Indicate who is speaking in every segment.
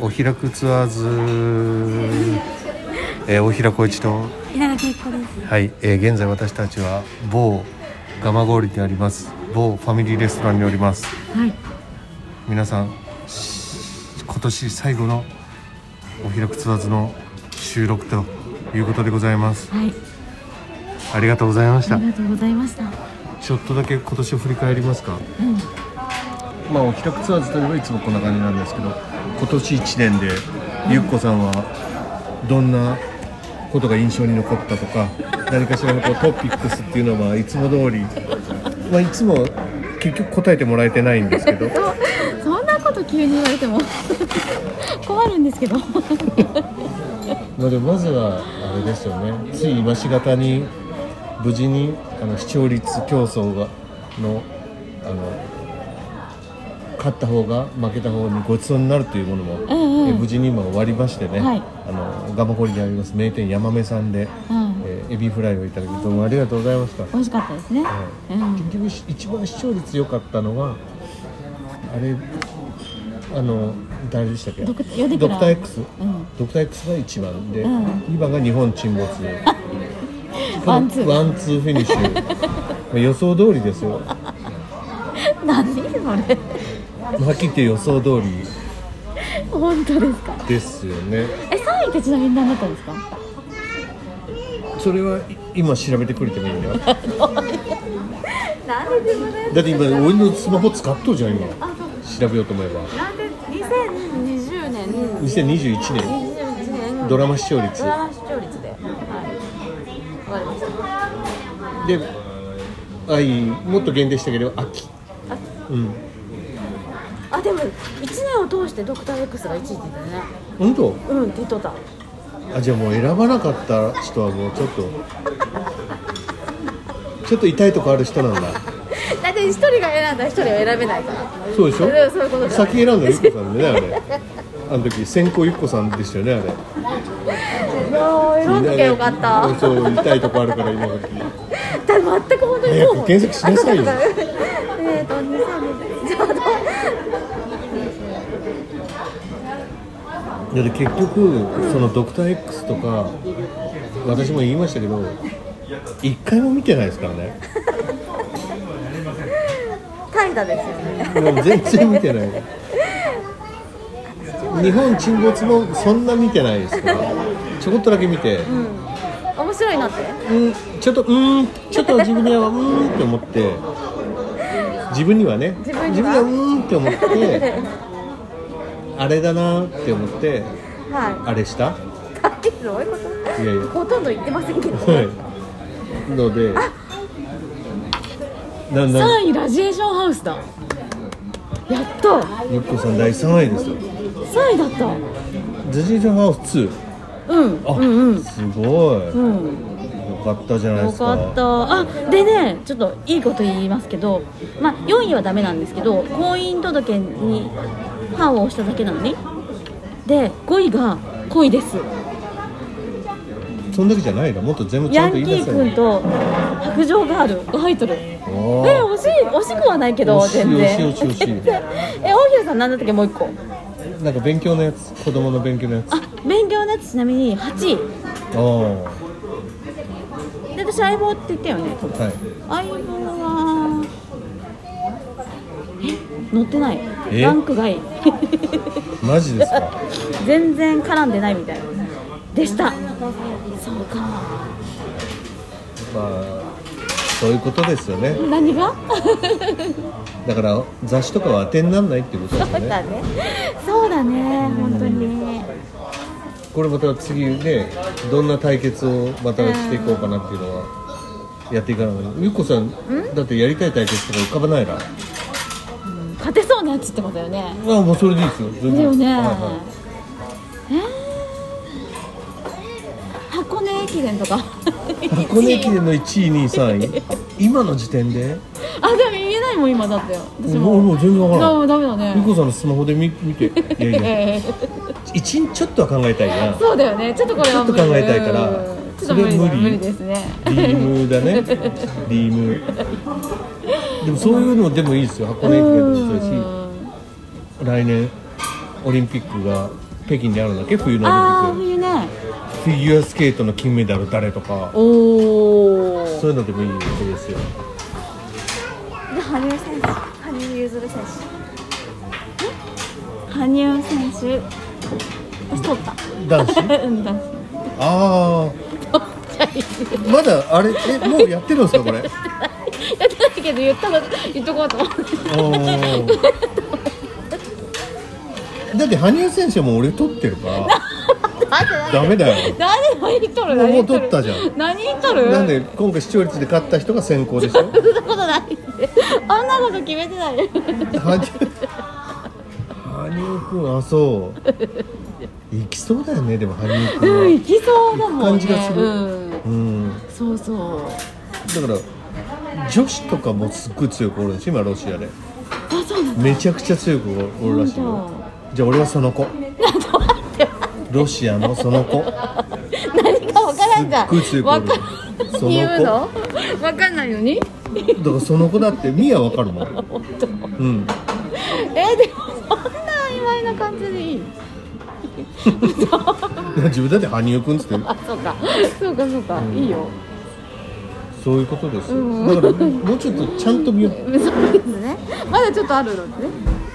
Speaker 1: おひらくツアーズ、えー、おひらこいちと
Speaker 2: 稲垣一子です
Speaker 1: はい、えー現在私たちは某蒲郡であります某ファミリーレストランにおります
Speaker 2: はい
Speaker 1: 皆さんし今年最後のおひらくツアーズの収録ということでございます
Speaker 2: はい
Speaker 1: ありがとうございました
Speaker 2: ありがとうございました
Speaker 1: ちょっとだけ今年を振り返りますか、まあおひらくツアーズといえばいつもこんな感じなんですけど今年1年でゆっこさんはどんなことが印象に残ったとか何かしらのこうトピックスっていうのはいつも通り、まあ、いつも結局答えてもらえてないんですけど
Speaker 2: そんなこと急に言われても 困るんですけど
Speaker 1: まあでもまずはあれですよねつい今しがたに無事にあの視聴率競争がのあの勝った方が負けた方にごちそうになるというものも、
Speaker 2: んうん
Speaker 1: え無事に今終わりましてね、
Speaker 2: はい
Speaker 1: あのガマホリにあります名店やまめさんで、
Speaker 2: うん
Speaker 1: えーエビフライをいただきどうもありがとうございました、
Speaker 2: 美味しかったですね
Speaker 1: はい
Speaker 2: うん
Speaker 1: 結局し一番視聴率良かったのはあれあの誰でしたっけ
Speaker 2: ドクヨネ
Speaker 1: ド
Speaker 2: ク
Speaker 1: ク
Speaker 2: ラ
Speaker 1: ター X、
Speaker 2: うん
Speaker 1: ドクター X が1番で、
Speaker 2: うん
Speaker 1: 2番が日本沈没
Speaker 2: ワンツー
Speaker 1: ワンツーフィニッシュまあ予想通りですよ、ま
Speaker 2: 何それ
Speaker 1: あはっきり言って予想通り
Speaker 2: 本当ですか
Speaker 1: ですよね
Speaker 2: え3位ってちなみに何だったんですか
Speaker 1: それはい今調べてくれてもいいんだよだ
Speaker 2: なんで自分で
Speaker 1: って今俺のスマホ使っとうじゃん今調べようと思えば
Speaker 2: なんで2020年
Speaker 1: 2021年
Speaker 2: 2021年
Speaker 1: ドラマ視聴率
Speaker 2: マ視聴率ではいわかりました
Speaker 1: で愛もっと限定したければ秋うん
Speaker 2: あでも1年を通してドクター X が1位って言ってたね
Speaker 1: 本当
Speaker 2: うんって言っとった
Speaker 1: あじゃあもう選ばなかった人はもうちょっとちょっと痛いとこある人なんだ
Speaker 2: だって一人が選んだ一人は選べないから
Speaker 1: そうでし
Speaker 2: それはそういうこと
Speaker 1: ょ
Speaker 2: じゃない
Speaker 1: 先選んだのゆっこさんでねあれあの時先行ゆっこさんでしたよねあれ
Speaker 2: いやー選んどけよかっただって
Speaker 1: そう痛いとこあるから今時
Speaker 2: 全く本当に
Speaker 1: 早く検索しなさいよ
Speaker 2: あそうだそうだえっと2000ちょうど
Speaker 1: だって結局そのドクター X とか私も言いましたけど一回も見てないですからね
Speaker 2: 怠惰ですよね
Speaker 1: もう全然見てない日本沈没もそんな見てないですからちょこっとだけ見て、
Speaker 2: 面白いなって
Speaker 1: うん、ちょっとうーんちょっと自分ではうーんって思って自分にはね自
Speaker 2: 分には
Speaker 1: はうーんって思ってあれだなーって思って
Speaker 2: は
Speaker 1: あれした
Speaker 2: いだってどういうこと
Speaker 1: いやいや
Speaker 2: ほとんど言ってませんけど
Speaker 1: はいのでなな
Speaker 2: 3位ラジエーションハウスだやっと
Speaker 1: ゆっこさん第3位ですよ
Speaker 2: 3位だっ
Speaker 1: 「ジジジョハウス2
Speaker 2: たうん」
Speaker 1: あ、
Speaker 2: うんうん
Speaker 1: すごい、
Speaker 2: うん
Speaker 1: よかったじゃないで
Speaker 2: よ
Speaker 1: すか
Speaker 2: かったあでねちょっといいこと言いますけど、まあ、4位はダメなんですけど婚姻届に判を押しただけなのにで5位が恋です
Speaker 1: そんだけじゃないなもっと全部ちゃ
Speaker 2: ヤ
Speaker 1: ん
Speaker 2: ン
Speaker 1: と
Speaker 2: キ
Speaker 1: 言いな
Speaker 2: ー
Speaker 1: さ
Speaker 2: 君
Speaker 1: い
Speaker 2: と白状ガールが入っとるえ
Speaker 1: おー
Speaker 2: 惜しい惜しくはないけど
Speaker 1: 惜しい
Speaker 2: 全然
Speaker 1: 惜しい惜しい
Speaker 2: え大平さん何だったっけもう一個
Speaker 1: なんか勉強のやつ子供の勉強のやつあ
Speaker 2: あ勉強のやつちなみに8位
Speaker 1: あー
Speaker 2: で私相棒って言ったよね
Speaker 1: はい
Speaker 2: 相棒はえ乗ってない
Speaker 1: え
Speaker 2: ランク外
Speaker 1: マジですか
Speaker 2: 全然絡んでないみたいなでしたそうか
Speaker 1: まあそういうことですよね
Speaker 2: 何が
Speaker 1: だから雑誌とかは当てにならないってことですよ
Speaker 2: そう
Speaker 1: ね
Speaker 2: だねそうだね本当に
Speaker 1: これまた次ねどんな対決をまたしていこうかなっていうのはやっていかないゆっこさんだってやりたい対決とか浮かばないなあ
Speaker 2: 勝てそうなやつってことだよね
Speaker 1: もうそれでいいですよ全
Speaker 2: だよね、
Speaker 1: はいは
Speaker 2: えー箱根駅伝とか
Speaker 1: い箱根駅伝の1位2位3位今の時点で
Speaker 2: あでも言えないもん今だって私
Speaker 1: も
Speaker 2: も
Speaker 1: うもう全然わから
Speaker 2: あ
Speaker 1: ん
Speaker 2: ダメだね
Speaker 1: ゆっこさんのスマホで見見ていやい や一日ちょっとは考えたいな
Speaker 2: そうだよねちょっとこれは無理
Speaker 1: ちょっと考えたいから
Speaker 2: うんちょっと無理
Speaker 1: それは
Speaker 2: だ
Speaker 1: 無理
Speaker 2: 無理ですね
Speaker 1: リームだねリームでもそういうのでもいいですよ箱根駅伝でもそうだし来年オリンピックが北京であるんだっけ冬の
Speaker 2: ああ
Speaker 1: オリンピッ
Speaker 2: 冬ね
Speaker 1: クフィギュアスケートの金メダル誰とか
Speaker 2: おお
Speaker 1: そういうのでもいいわけですよ
Speaker 3: で羽生選手羽生結弦選手羽生選
Speaker 2: 私通った
Speaker 1: 男子
Speaker 2: うんだ
Speaker 1: ああまだあれえもうやってるんですか これ
Speaker 2: やってないけど言ったの言っとこう と思って
Speaker 1: おーだって羽生選手も俺取ってるから ダメだよ
Speaker 2: 何何言っとる
Speaker 1: もう
Speaker 2: 何
Speaker 1: も
Speaker 2: 言っとる
Speaker 1: う撮ったじゃん
Speaker 2: 何言っとる
Speaker 1: なんで今回視聴率で勝った人が先行でしょ
Speaker 2: そんなことない ってあんなこと決めてない
Speaker 1: 羽生羽生君あそう行きそうだよねでも羽生
Speaker 2: うん
Speaker 1: 君
Speaker 2: 行きそうだもんね
Speaker 1: 感じがする
Speaker 2: うん、
Speaker 1: は
Speaker 2: そうそう
Speaker 1: うんだから女子とかもすっごい強くおるんですよ今ロシアで
Speaker 2: あそうなんだ
Speaker 1: めちゃくちゃ強くおるらしいよ
Speaker 2: 本
Speaker 1: じゃあ俺はその子ロシアのその子
Speaker 2: 何かわからんじゃん
Speaker 1: すっごい強くお
Speaker 2: わ
Speaker 1: る
Speaker 2: か
Speaker 1: その子
Speaker 2: 言うのわかんないのに
Speaker 1: だからその子だってミアわかる もんうん
Speaker 2: えでもそんな曖昧な感じでいい
Speaker 1: 自分だって羽生くんっつって
Speaker 2: あそうかそうかそうか、いいよ
Speaker 1: そういうことですよ、だからもうちょっとちゃんと見よう
Speaker 2: そうですねまだちょっとあるのね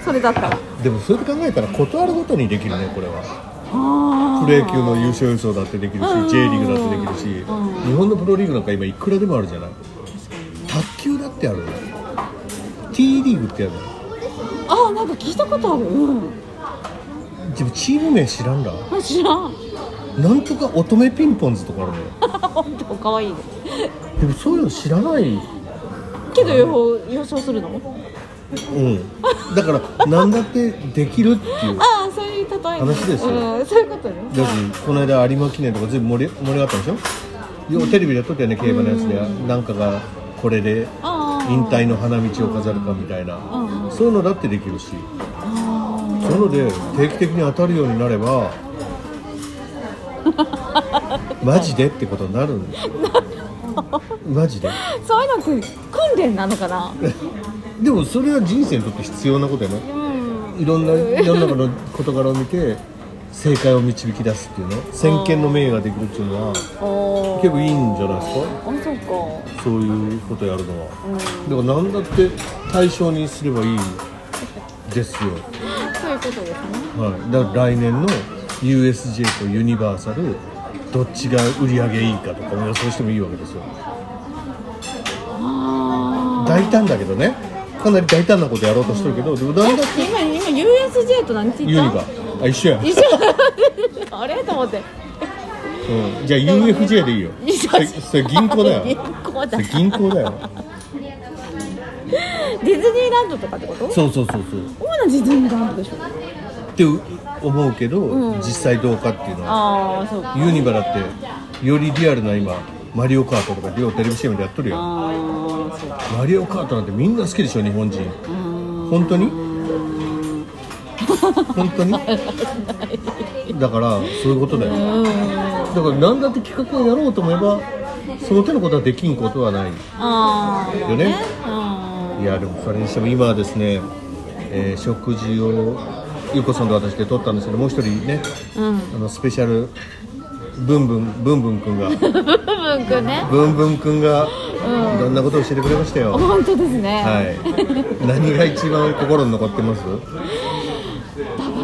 Speaker 2: それだったら
Speaker 1: でもそうやって考えたら断るごとにできるねこれは
Speaker 2: あ
Speaker 1: プロ野球の優勝予想だってできるし
Speaker 2: うん
Speaker 1: J リーグだってできるし
Speaker 2: う
Speaker 1: 日本のプロリーグなんか今いくらでもあるじゃない卓球だってあるね T リーグってある
Speaker 2: あーなんか聞いたことあるうん
Speaker 1: 自分チーム名知らんだ
Speaker 2: あ知らん
Speaker 1: なんとか乙女ピンポンズとかある のよ
Speaker 2: 本当可愛いね
Speaker 1: でもそういうの知らない
Speaker 2: けど予予想するの
Speaker 1: うんだから何だってできるっていう
Speaker 2: ああそういう例えね
Speaker 1: 話ですよ
Speaker 2: うん、そういうことね
Speaker 1: だってこの間有馬記念とか全部盛り盛り上がったでしょようテレビで撮ったよね競馬のやつでなんかがこれで
Speaker 2: あー
Speaker 1: 引退の花道を飾るかみたいな
Speaker 2: うん
Speaker 1: そういうのだってできるし
Speaker 2: あ
Speaker 1: そういうので定期的に当たるようになれ ばマジでってことになるんだマジで
Speaker 2: ーそういうのって訓練なのかな
Speaker 1: でもそれは人生にとって必要なことやな
Speaker 2: うん
Speaker 1: いろんな世の中の事柄を見て正解を導き出すっていうの先見の明ができるっていうのは
Speaker 2: おー
Speaker 1: 結構いいんじゃないですか
Speaker 2: あそうか
Speaker 1: そういうことやるのは、だから何だって対象にすればいいですよ、
Speaker 2: そういうことですね
Speaker 1: はい、だから来年の USJ とユニバーサルどっちが売り上げいいかとかも予想してもいいわけですよ
Speaker 2: あ
Speaker 1: 大胆だけどねかなり大胆なことやろうとしてるけど、でも
Speaker 2: あ
Speaker 1: 何だっ
Speaker 2: 今今 USJ と何て
Speaker 1: て
Speaker 2: 言
Speaker 1: ユニ
Speaker 2: った
Speaker 1: バあ一緒や、
Speaker 2: 一緒 あれと思って
Speaker 1: うん、じゃあ UFJ でいいよ
Speaker 2: 一緒
Speaker 1: それそれ銀行だよ
Speaker 2: 銀行
Speaker 1: そ
Speaker 2: だ
Speaker 1: れ銀行だよ
Speaker 2: ディズニーランドとかってこと
Speaker 1: そうそうそうそう
Speaker 2: 主なディズニーランドでしょ
Speaker 1: って思うけど、
Speaker 2: ん
Speaker 1: 実際どうかっていうのは
Speaker 2: ああそうか
Speaker 1: ユニバだってよりリアルな今マリオカートとかでようテレビ CM でやっとるよ
Speaker 2: ああそうか
Speaker 1: マリオカートなんてみんな好きでしょ日本人本当に本当にだからそういうことだよだから何だって企画をやろうと思えばその手のことはできんことはない
Speaker 2: ああ
Speaker 1: よね
Speaker 2: あ
Speaker 1: いやでもそれにしても今はですね、えー食事をゆうこさんと私で撮ったんですけどもう一人ね
Speaker 2: あうん
Speaker 1: あのスペシャルブンブンブンブンくんが
Speaker 2: 部分くんね
Speaker 1: ブンブンくんがいろんなことを教えてくれましたよ、
Speaker 2: 本当ですね、
Speaker 1: はい、何が一番心に残ってます
Speaker 2: だか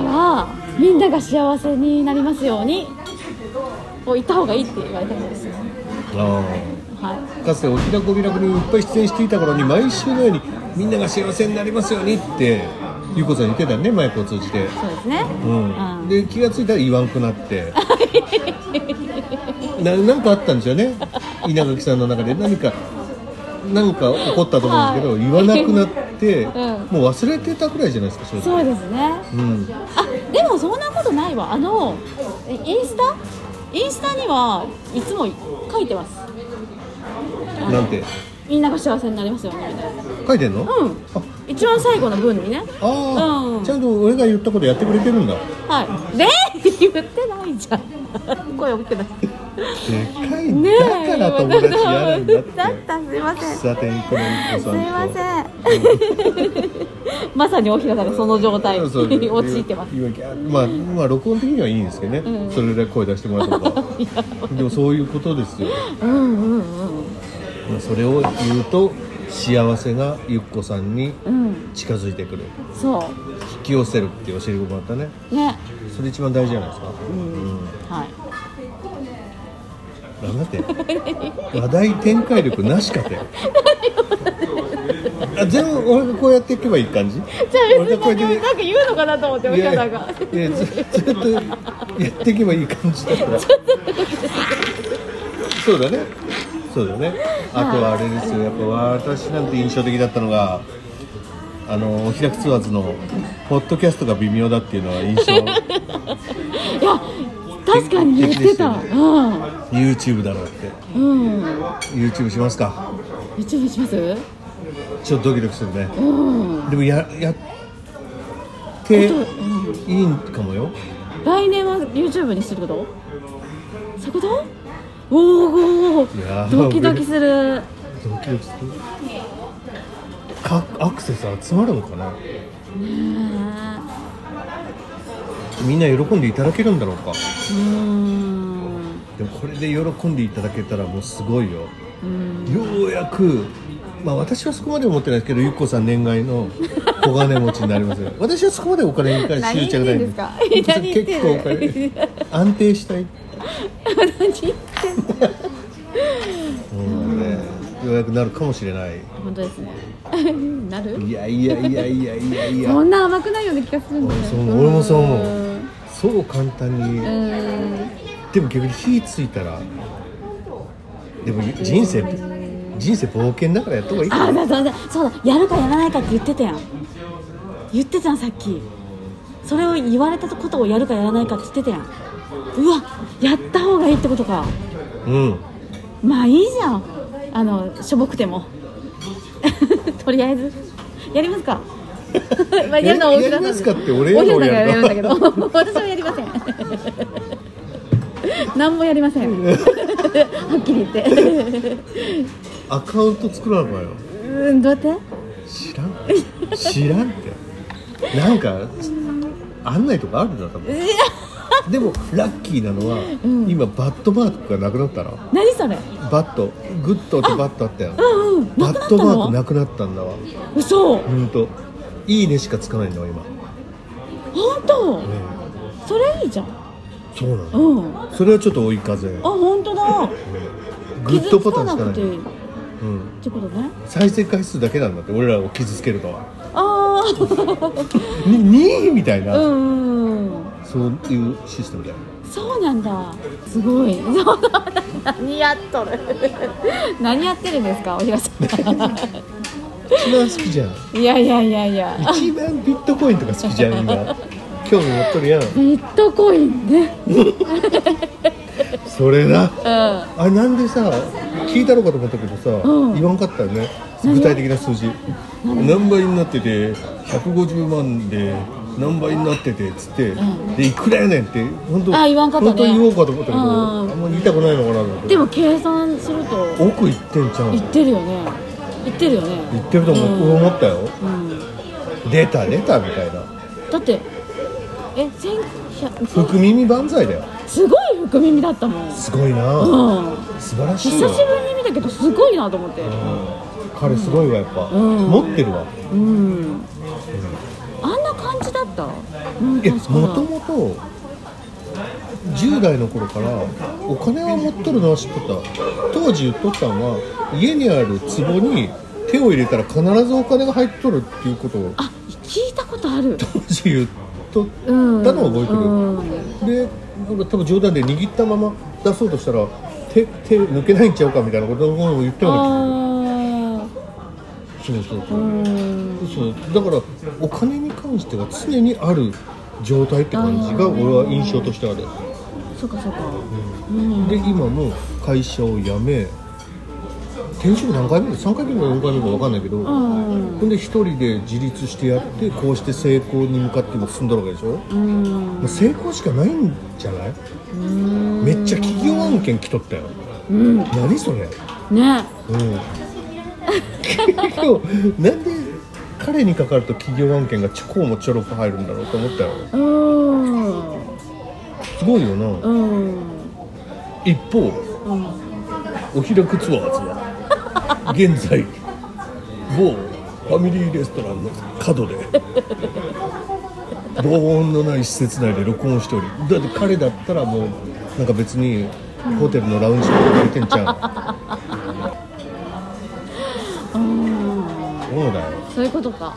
Speaker 2: らみんなが幸せになりますようにを言った方がいいって言われたんですよ
Speaker 1: あ
Speaker 2: は
Speaker 1: ーかつておひらこびらくにいっぱい出演していた頃に毎週のようにみんなが幸せになりますようにってゆうこさん言ってたねマイクを通じて、
Speaker 2: いそうですね
Speaker 1: うん
Speaker 2: うん
Speaker 1: で気がついたら言わんくなって ななんかあったんですよね稲垣さんの中で何か何か起こったと思うんですけど、
Speaker 2: はい
Speaker 1: 言わなくな って、
Speaker 2: ん
Speaker 1: もう忘れてたくらいじゃないですか正直
Speaker 2: そうですね
Speaker 1: うん
Speaker 2: あでもそんなことないわあのえインスタインスタにはいつも書いてます
Speaker 1: なんて
Speaker 2: みんなが幸せになりますようにみたいな
Speaker 1: 書いてんの、
Speaker 2: うん
Speaker 1: あ
Speaker 2: い一番最後の分にね
Speaker 1: ああ、
Speaker 2: うん
Speaker 1: ちゃんと俺が言ったことやってくれてるんだ
Speaker 2: はいで言ってないじゃん声大きくなって
Speaker 1: でかい、
Speaker 2: ねえ
Speaker 1: だから友達嫌なんだって
Speaker 3: だったすいません
Speaker 1: 喫
Speaker 3: す
Speaker 1: 茶店行くの一個
Speaker 3: い
Speaker 1: さ
Speaker 3: ま
Speaker 1: んと
Speaker 3: せん
Speaker 2: まさに大平さんがその状態に
Speaker 1: そうそう
Speaker 2: 陥ってます
Speaker 1: いやまあ、まあ、録音的にはいいんですけどね、
Speaker 2: うん
Speaker 1: それぐらい声出してもらうと かでもそういうことですよ、
Speaker 2: うんうんうん
Speaker 1: まあ、それを言うと幸せがゆっこさんに
Speaker 2: うん
Speaker 1: 近づいてくる
Speaker 2: そ
Speaker 1: 引き寄せるっていう教えてもらったね
Speaker 2: うね
Speaker 1: それ一番大事じゃないですか、
Speaker 2: う
Speaker 1: うん
Speaker 2: んはい
Speaker 1: なんだって話題展開力なしか てあ全部俺がこうやっていけばいい感じ
Speaker 2: じゃあ
Speaker 1: 俺
Speaker 2: 別
Speaker 1: がこうやっ
Speaker 2: に
Speaker 1: て
Speaker 2: なんか言うのかなと思って
Speaker 1: いや
Speaker 2: 大
Speaker 1: い
Speaker 2: さ
Speaker 1: や
Speaker 2: んが
Speaker 1: いやずずっとやっていけばいい感じだ からそうだねそうだよねあとはあれですよやっぱ私なんて印象的だったのがあのお開くツアーズのポッドキャストが微妙だっていうのは印 象
Speaker 2: いや確かに言ってた、
Speaker 1: 敵で
Speaker 2: う
Speaker 1: YouTube だろうって
Speaker 2: んうん
Speaker 1: YouTube しますか
Speaker 2: 一部します
Speaker 1: ちょっとドキドキするね
Speaker 2: うん
Speaker 1: でもややっていいんかもよ
Speaker 2: 来年は YouTube にすることそういうことおお
Speaker 1: いやー
Speaker 2: ドキドキする
Speaker 1: ドキドキするかアクセス集まるのかな
Speaker 2: ね
Speaker 1: みんな喜んでいただけるんだろうか
Speaker 2: ーうーん
Speaker 1: でもこれで喜んでいただけたらもうすごいよ
Speaker 2: うん
Speaker 1: ようやくまあ私はそこまで思ってないですけどゆっこさん年外の小金持ちになります よ私はそこまでお金に関して執着ないで
Speaker 2: 何言ってんです
Speaker 1: 結
Speaker 2: か
Speaker 1: 構お金安定したいうんねようやくなるかもしれない
Speaker 2: 本当ですね なる
Speaker 1: いやいやいやいやいやいや
Speaker 2: そんな甘くないような気がするんだよね
Speaker 1: そう俺もそう思うんそう簡単に、
Speaker 2: うん
Speaker 1: でも逆に火ついたらでも人生人生冒険だからやった方がいいか
Speaker 2: あ
Speaker 1: も
Speaker 2: だだだそうだやるかやらないかって言ってたやん言ってたやんさっきそれを言われたことをやるかやらないかって言ってたやんうわやった方がいいってことか
Speaker 1: うん
Speaker 2: まあいいじゃんあのしょぼくても とりあえずやります かまあやるのは大平さん
Speaker 1: やりますかって俺よりも
Speaker 2: 大平さんが
Speaker 1: や
Speaker 2: やる
Speaker 1: る
Speaker 2: ん
Speaker 1: の
Speaker 2: だけど私はやりません 何もやりませ んはっきり言って、
Speaker 1: アカウント作らなかよ
Speaker 2: うん、どうやって
Speaker 1: 知らん知らんってなんか案内とかあるんだ多分でもラッキーなのは、
Speaker 2: ん
Speaker 1: 今バットマークがなくなったの
Speaker 2: 何それ
Speaker 1: バットグッドとバットあったよ
Speaker 2: うんうん
Speaker 1: バッ
Speaker 2: なくなった
Speaker 1: トマー
Speaker 2: の
Speaker 1: クなくなったんだわ
Speaker 2: 嘘
Speaker 1: ほんといいねしかつかないんだわ今、ね
Speaker 2: 本当それいいじゃん
Speaker 1: そうな
Speaker 2: う
Speaker 1: の、
Speaker 2: んあ
Speaker 1: それはちょっと追い風グ
Speaker 2: 本当だ
Speaker 1: ッドボタンしか
Speaker 2: 傷つかな
Speaker 1: な
Speaker 2: く
Speaker 1: い
Speaker 2: ていい
Speaker 1: う
Speaker 2: っ
Speaker 1: ん
Speaker 2: てことね
Speaker 1: 再生回数だけなんだって俺らを傷つけるとは
Speaker 2: ああ
Speaker 1: に2位みたいな、
Speaker 2: うんうん
Speaker 1: そういうシステムだよ
Speaker 2: そうなんだすごい そうなんだ何やっとる何やってるんですかおひがさん
Speaker 1: 一番好きじゃん
Speaker 2: いやいやいやいや
Speaker 1: 一番ビットコインとか好きじゃん今興味持っとるやん
Speaker 2: ビットコインね
Speaker 1: それな
Speaker 2: うん
Speaker 1: あなんでさ聞いたろうかと思ったけどさ、
Speaker 2: うん
Speaker 1: 言わんかったよね具体的な数字何倍になってて150万で何倍になっててっつって、でいくらやねんって本当
Speaker 2: あ言わんかったね
Speaker 1: 本当に言おうかと思ったけど、
Speaker 2: うん
Speaker 1: あんまり言いたくないのかなと思って
Speaker 2: でも計算すると
Speaker 1: 奥行ってんちゃう
Speaker 2: い
Speaker 1: の
Speaker 2: ってるよねいってるよね
Speaker 1: 言ってると思う、
Speaker 2: うん
Speaker 1: 思ったよ
Speaker 2: うん
Speaker 1: 出た出たみたいな
Speaker 2: だってえ千百
Speaker 1: 福耳万歳だよ
Speaker 2: すごい福耳だったもん、うん、
Speaker 1: すごいな素晴らし
Speaker 2: 久
Speaker 1: い
Speaker 2: し
Speaker 1: な
Speaker 2: ぶりに見たけどすごいなと思って
Speaker 1: うん彼すごいわやっぱ、
Speaker 2: うん
Speaker 1: 持ってるわ、
Speaker 2: うんあんな感じだったうん
Speaker 1: いや
Speaker 2: 確かに
Speaker 1: もともと10代の頃からお金は持っとるのは知っとった当時言っとったのは家にある壺に手を入れたら必ずお金が入っとるっていうことを
Speaker 2: あ聞いたことある
Speaker 1: 当時言っとっ
Speaker 2: うん
Speaker 1: たのを覚えてる、
Speaker 2: うん
Speaker 1: でなんか多分冗談で握ったまま出そうとしたら手手抜けないんちゃうかみたいなことを言ったような
Speaker 2: あ
Speaker 1: 気がするそう
Speaker 2: ー
Speaker 1: そううそ
Speaker 2: ん
Speaker 1: うそうだからお金に関しては常にある状態って感じが俺は印象としてある
Speaker 2: そうかそうかうん
Speaker 1: で今も会社を辞め研修何回目で3回目も4回目も分かんないけど、
Speaker 2: うん
Speaker 1: ほんで一人で自立してやってこうして成功に向かっても進んだわけでしょ、
Speaker 2: うん
Speaker 1: まあ成功しかないんじゃないめっちゃ企業案件来とったよ
Speaker 2: うんね
Speaker 1: 何それうん結構なんで彼にかかると企業案件がチョコもチョロく入るんだろうと思ったよ
Speaker 2: うん
Speaker 1: すごいよな、
Speaker 2: うん
Speaker 1: 一方おひらくツアーズは現在某ファミリーレストランの角で防音のない施設内で録音しておりだって彼だったらもうなんか別にホテルのラウンジとか借りてんちゃうそうだよ
Speaker 2: そういうことか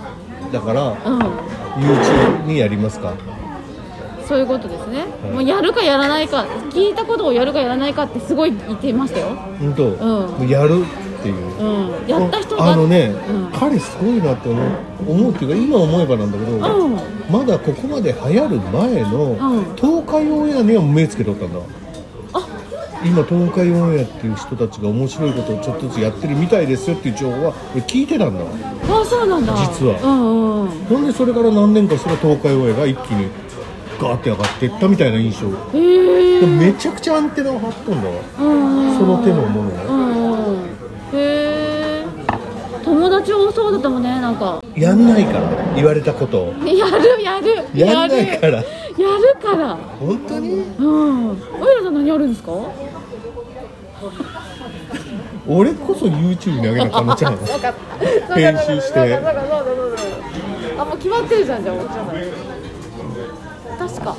Speaker 1: だから
Speaker 2: うん
Speaker 1: YouTube にやりますか
Speaker 2: そういうことですね、
Speaker 1: はい
Speaker 2: もうやるかやらないか聞いたことをやるかやらないかってすごい言ってましたよ
Speaker 1: うんと、
Speaker 2: うん
Speaker 1: やるっていう
Speaker 2: うんやった人が
Speaker 1: あのね、
Speaker 2: うん
Speaker 1: 彼すごいなって思う思うっていうか今思えばなんだけど、
Speaker 2: うん
Speaker 1: まだここまで流行る前
Speaker 2: うん
Speaker 1: の東海オンエアには目つけとったんだ
Speaker 2: あ
Speaker 1: 今東海オンエアっていう人たちが面白いことをちょっとずつやってるみたいですよっていう情報は俺聞いてたんだ
Speaker 2: あそうなんだ
Speaker 1: 実は
Speaker 2: うんうん
Speaker 1: なんでそれから何年かそれ東海オンエアが一気にガーって上がっていったみたいな印象
Speaker 2: へえ
Speaker 1: めちゃくちゃアンテナを張ったんだわ
Speaker 2: うんうん
Speaker 1: その手のものが
Speaker 2: うんうんへえ友達多そうだったもんねなんか
Speaker 1: やんないから言われたことを
Speaker 2: やるやる
Speaker 1: やんないから
Speaker 2: やるから
Speaker 1: 本当に
Speaker 2: うんおいらさん何あるんですか
Speaker 1: 俺こそ YouTube に上げなかのちゃん
Speaker 2: か
Speaker 1: 編集して
Speaker 2: そうかそうかそうかそうかあもう決まってるじゃんじゃあおっちゃん確かう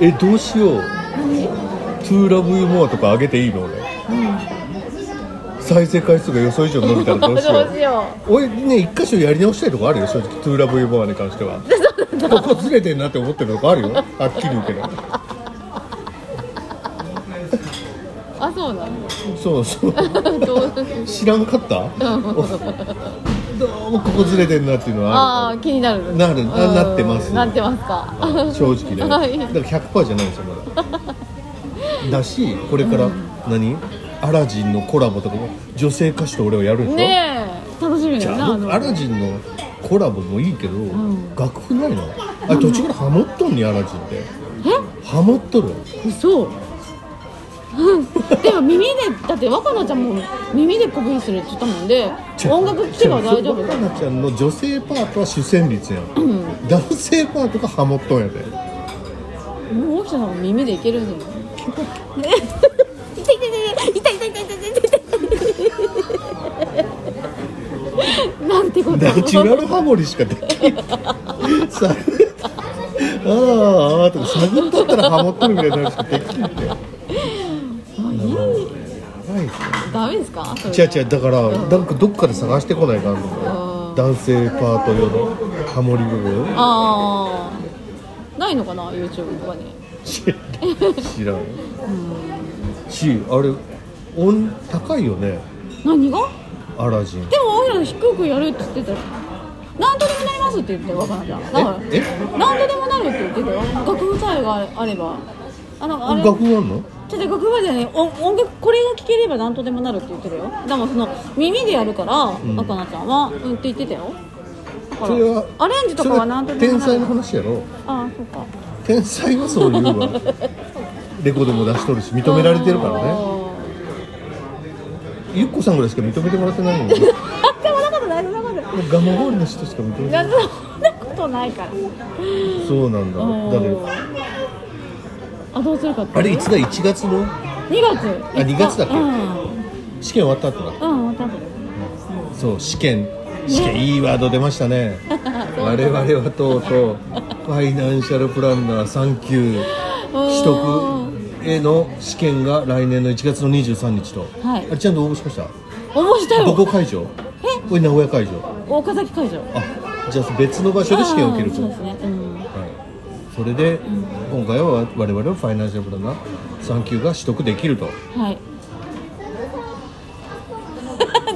Speaker 1: えどうしよう「TOLOVEYOUMORE」とか上げていいの俺、再生回数が予想以上伸びたらどうしよ
Speaker 2: どう
Speaker 1: う
Speaker 2: しよ
Speaker 1: 俺ね一箇所やり直したいとこあるよ正直「TOLOVEYOUMORE」に関してはここずれてんなって思ってるとこあるよはっきり言うけど
Speaker 2: う あそうなの
Speaker 1: そうそう
Speaker 2: どう
Speaker 1: 知らんかった どうもここずれてんなっていうのは
Speaker 2: あ
Speaker 1: あ
Speaker 2: あ
Speaker 1: る
Speaker 2: 気になる
Speaker 1: なるななってます
Speaker 2: うんなってますか
Speaker 1: 正直ねだか
Speaker 2: は
Speaker 1: ら
Speaker 2: い
Speaker 1: 100%じゃないんですよまだだしこれから何、アラジンのコラボとかも女性歌手と俺はやるでしょ、
Speaker 2: ねえ楽しみだ
Speaker 1: じ
Speaker 2: よ
Speaker 1: ゃ
Speaker 2: な
Speaker 1: あ
Speaker 2: あの
Speaker 1: アラジンのコラボもいいけど、
Speaker 2: ん
Speaker 1: 楽譜ないなあれ途中からハモっとんねアラジンってハモっとる
Speaker 2: え嘘うんでも耳でだって若菜ちゃんも耳でコピーするって言ったもんで音楽聴けば大丈夫だ
Speaker 1: かなちゃんの女性パートは主旋律やん、男性パートがハモっとんやで
Speaker 2: もう大きさんも耳でいけるんじゃない
Speaker 3: 痛い痛い痛い痛い痛い痛い痛い痛い痛い
Speaker 2: なんてこと
Speaker 1: ナチュラルハモリしかできない。さあああとか探っとったらハモっとるみたいなのしかできないんだよ。は
Speaker 2: ダメですかそれ
Speaker 1: い。違う違うだからなんかどっかで探してこないかなと思
Speaker 2: う
Speaker 1: っ
Speaker 2: ん
Speaker 1: て男性パート用のハモリ部分
Speaker 2: ああないのかな YouTube とかに
Speaker 1: 知知らんしあれ音高いよね
Speaker 2: 何が
Speaker 1: アラジン
Speaker 2: でも大平低くやるって言ってたよ何とでもなりますって言って若菜ちゃんだから
Speaker 1: え
Speaker 2: 何とでもなるって言ってたよ楽譜さえがあればあのあれ
Speaker 1: 楽譜あんの
Speaker 2: ちょっと楽譜はじゃない音音楽これが聴ければ何とでもなるって言ってるよでもその耳でやるから
Speaker 1: ん
Speaker 2: 若菜ちゃんはうんって言ってたよだか
Speaker 1: それは
Speaker 2: らアレンジとかは何とで
Speaker 1: 天
Speaker 2: もな
Speaker 1: 才
Speaker 2: る
Speaker 1: の話やろ
Speaker 2: ああそうか
Speaker 1: 天才はそういうわレコードも出しとるし認められてるからね
Speaker 2: ね
Speaker 1: ゆっこさんぐらいしか認めてもらってないもんね
Speaker 2: でもなことないそんなことない
Speaker 1: ガマ氷の人しか認め
Speaker 2: い
Speaker 1: てない
Speaker 2: やそんなことないから
Speaker 1: そうなんだだけど
Speaker 2: あどうするかって
Speaker 1: あれいつだ1月の
Speaker 2: 2月あ
Speaker 1: 二月だっけ
Speaker 2: うん
Speaker 1: 試験終わった後だ
Speaker 2: うん多分
Speaker 1: そう試験試験いいワード出ましたね我々はとうとうファイナンシャルプランナー3級取得への試験が来年の1月の23日と、
Speaker 2: はい
Speaker 1: あれちゃんと応募しました
Speaker 2: 応募した
Speaker 1: どこ
Speaker 2: よ
Speaker 1: 会場これ名古屋会場
Speaker 2: 岡崎会場
Speaker 1: あじゃあ別の場所で試験を受ける
Speaker 2: あ
Speaker 1: と
Speaker 2: ーそうですねうん
Speaker 1: はい、それで、今回は我々はファイナンシャルプランナー3級が取得できると
Speaker 2: はい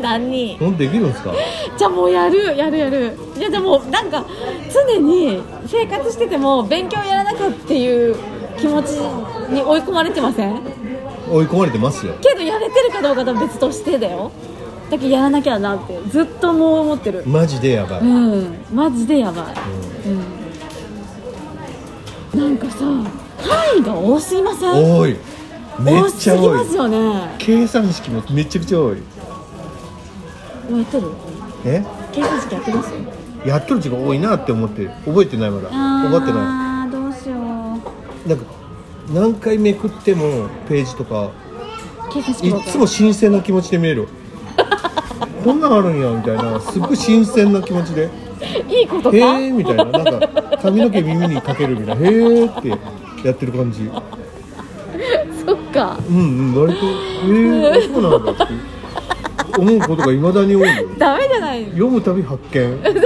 Speaker 2: 何
Speaker 1: ほんできるんですか
Speaker 2: じゃあもうやるやるやるいやでもなんか常に生活してても勉強やらなきゃっていう気持ちに追い込まれてません
Speaker 1: 追い込まれてますよ
Speaker 2: けどやるれてるかどうかとは別としてだよだけどやらなきゃなってずっともう思ってる
Speaker 1: マジでやばい、
Speaker 2: う
Speaker 1: うん
Speaker 2: んマジでやばい、うん、なんかさ単位が多すぎません
Speaker 1: 多いめ
Speaker 2: 多
Speaker 1: っち
Speaker 2: す
Speaker 1: ゃ
Speaker 2: ぎ
Speaker 1: 多
Speaker 2: ま
Speaker 1: い
Speaker 2: すよねも
Speaker 1: 計算式もめちゃくちゃ多いう
Speaker 2: やってる
Speaker 1: え
Speaker 2: 計算式やってます
Speaker 1: やっとる時間多いなって思って覚えてないまだ覚えてない
Speaker 2: あーどうしよう
Speaker 1: なんか何回めくってもページとか
Speaker 2: 計算式
Speaker 1: いっ
Speaker 2: ばっか
Speaker 1: つも新鮮な気持ちで見え るこんなんあるんやみたいなすごい新鮮な気持ちで
Speaker 2: いいこと
Speaker 1: へ
Speaker 2: か
Speaker 1: えみたいななんか髪の毛耳にかけるみたいなへえってやってる感じ
Speaker 2: そっか
Speaker 1: うんうん割とへえそうなんだって思うことがいまだに多いよ
Speaker 2: ダメじゃない
Speaker 1: 読むたび発見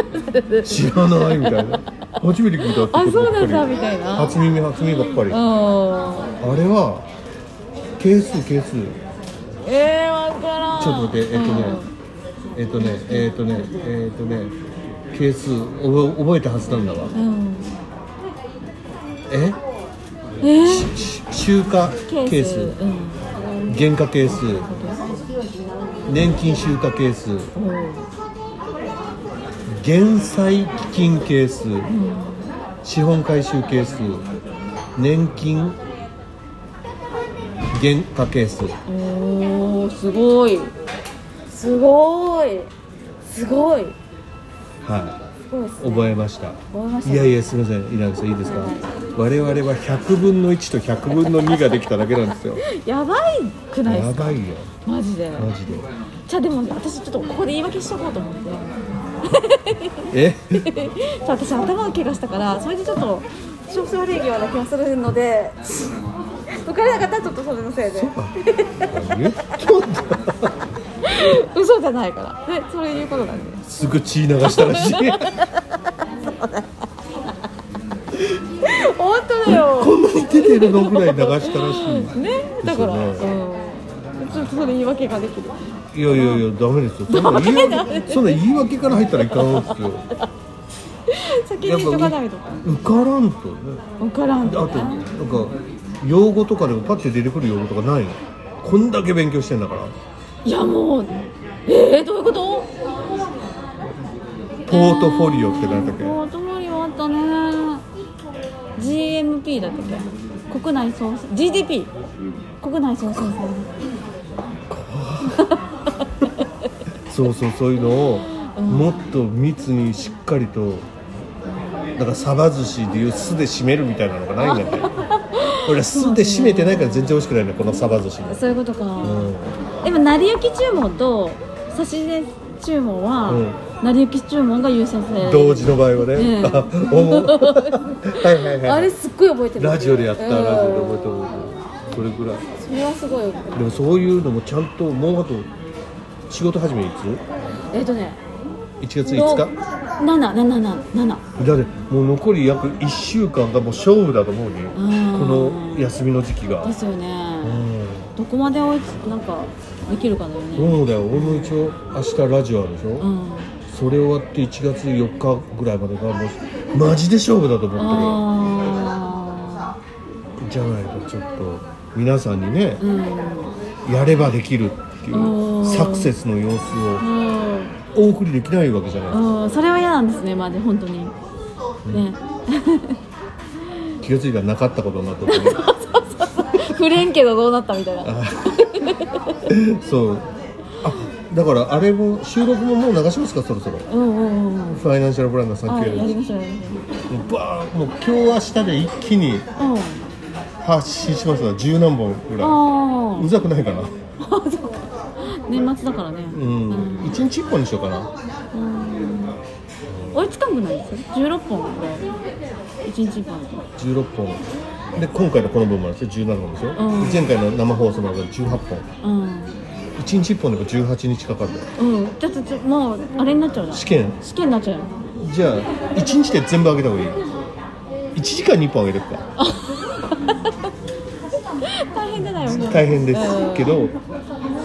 Speaker 1: 知らないみたいな初めて聞いたってことばっかり
Speaker 2: あそうなんだみたいな
Speaker 1: 初耳初耳ばっかりあ
Speaker 2: うん
Speaker 1: れは係数係数
Speaker 2: えー、分からん
Speaker 1: ちょっと待ってえっとねえっとねえっとねえっとね係数おぼ覚えたはずなんだわ
Speaker 2: うん、うん
Speaker 1: え
Speaker 2: えー、
Speaker 1: し集荷係数
Speaker 2: うん
Speaker 1: 原価係数年金集荷係数減債基金係数、資本回収係数年金減価係数
Speaker 2: おおすごいすごいすごい
Speaker 1: は
Speaker 2: すごいです
Speaker 1: い覚えました
Speaker 2: 覚えました
Speaker 1: いやいやすみません稲垣さんいいですか、我々は100分の1と100分の2ができただけなんですよ
Speaker 2: やばいくないで
Speaker 1: や
Speaker 2: すか
Speaker 1: ばいよ
Speaker 2: マジで
Speaker 1: マジで
Speaker 2: じゃあでも私ちょっとここで言い訳しとこうと思って
Speaker 1: え
Speaker 2: そう私頭を怪我したからそれでちょっと
Speaker 3: 少々礼儀はな気がするので受からなかったちょっとそれのせいで
Speaker 1: 言っとんだ
Speaker 2: 嘘じゃないからでそれいうことなんです
Speaker 1: ぐ血流したらしい
Speaker 2: 本当だよ
Speaker 1: こんなに出てるのぐらい流したらしい
Speaker 2: ねだから、
Speaker 1: ですよ
Speaker 2: うんちょっとそれ言い訳ができる
Speaker 1: いやいやいやダメですよそんな言い訳そんな言い訳から入ったらいかんですよ
Speaker 2: 先に言っとかないと
Speaker 1: 受からんとね
Speaker 2: 分からん
Speaker 1: あと
Speaker 2: と
Speaker 1: なん
Speaker 2: ね
Speaker 1: か用語とかでもパッて出てくる用語とかないのこんだけ勉強してんだから
Speaker 2: いやもうえー、どういうこと
Speaker 1: ポートフォリオってなんだっけ
Speaker 2: ポートフォリオあったね GMP だったっけ国内総生 GDP 国内総生産
Speaker 1: そうそうそういうのをもっと密にしっかりとだからサバ寿司でいう酢で締めるみたいなのがないんだって俺ら酢で締めてないから全然美味しくないねこのサバ寿司の
Speaker 2: そういうことか、
Speaker 1: うん
Speaker 2: でも成り行き注文と差し入れ注文は、成り行き注文が優先される
Speaker 1: 同時の場合はね、
Speaker 2: うん
Speaker 1: おお はいはいはい
Speaker 2: あれすっごい覚えてる
Speaker 1: ラジオでやった
Speaker 2: うん
Speaker 1: ラジオで覚えて覚えてそれぐらい
Speaker 2: それはすごい覚えてる
Speaker 1: でもそういうのもちゃんともうあと仕事始めい
Speaker 2: えっ、とね
Speaker 1: つ1月5
Speaker 2: 77777
Speaker 1: 日だってもう残り約1週間がもう勝負だと思うねこの休みの時期が
Speaker 2: ですよね、
Speaker 1: うん
Speaker 2: どこまで追いつなんかできるかだよね
Speaker 1: そうだよ俺も一応明日ラジオあるでしょ、
Speaker 2: うん
Speaker 1: それ終わって1月4日ぐらいまでがもうマジで勝負だと思っ
Speaker 2: あ
Speaker 1: てるじゃないとちょっと皆さんにね
Speaker 2: ーうん
Speaker 1: やればできるってい
Speaker 2: お
Speaker 1: う
Speaker 2: ー
Speaker 1: サクセスの様子を
Speaker 2: うん
Speaker 1: お送りできないわけじゃない
Speaker 2: うんそれは嫌なんですねまあね 本当にね
Speaker 1: 気がついたらなかったことになったと思う
Speaker 2: 触れんけどどうなったみたいな
Speaker 1: あそうあだからあれも収録ももう流しますかそろそろ
Speaker 2: うんうんうんうん
Speaker 1: ファイナンシャルプランナーさん
Speaker 2: は
Speaker 1: 系
Speaker 2: いやり
Speaker 1: 列
Speaker 2: ましょうやりまし
Speaker 1: もうバーンもう今日明日で一気に
Speaker 2: ょううん
Speaker 1: 発信しますわ十何本ぐら
Speaker 2: あ
Speaker 1: い
Speaker 2: ー
Speaker 1: うざくないかな
Speaker 2: 年末だからね
Speaker 1: うん一日一本にしようかな
Speaker 2: 追いつかんくないですよ16本ぐらい1日1本だと
Speaker 1: 16本で今回のこの分もあるんですよ17本ですよ、
Speaker 2: うん
Speaker 1: 前回の生放送の分18本
Speaker 2: うん
Speaker 1: 一日一本でも18日かかるの
Speaker 2: うんちょっとちょもうあれになっちゃうな
Speaker 1: 試験
Speaker 2: 試験になっちゃうよ
Speaker 1: じゃあ1日で全部あげた方がいい1時間に1本あげてくか
Speaker 2: 大変じゃないよもう
Speaker 1: 大変です
Speaker 2: うん
Speaker 1: けど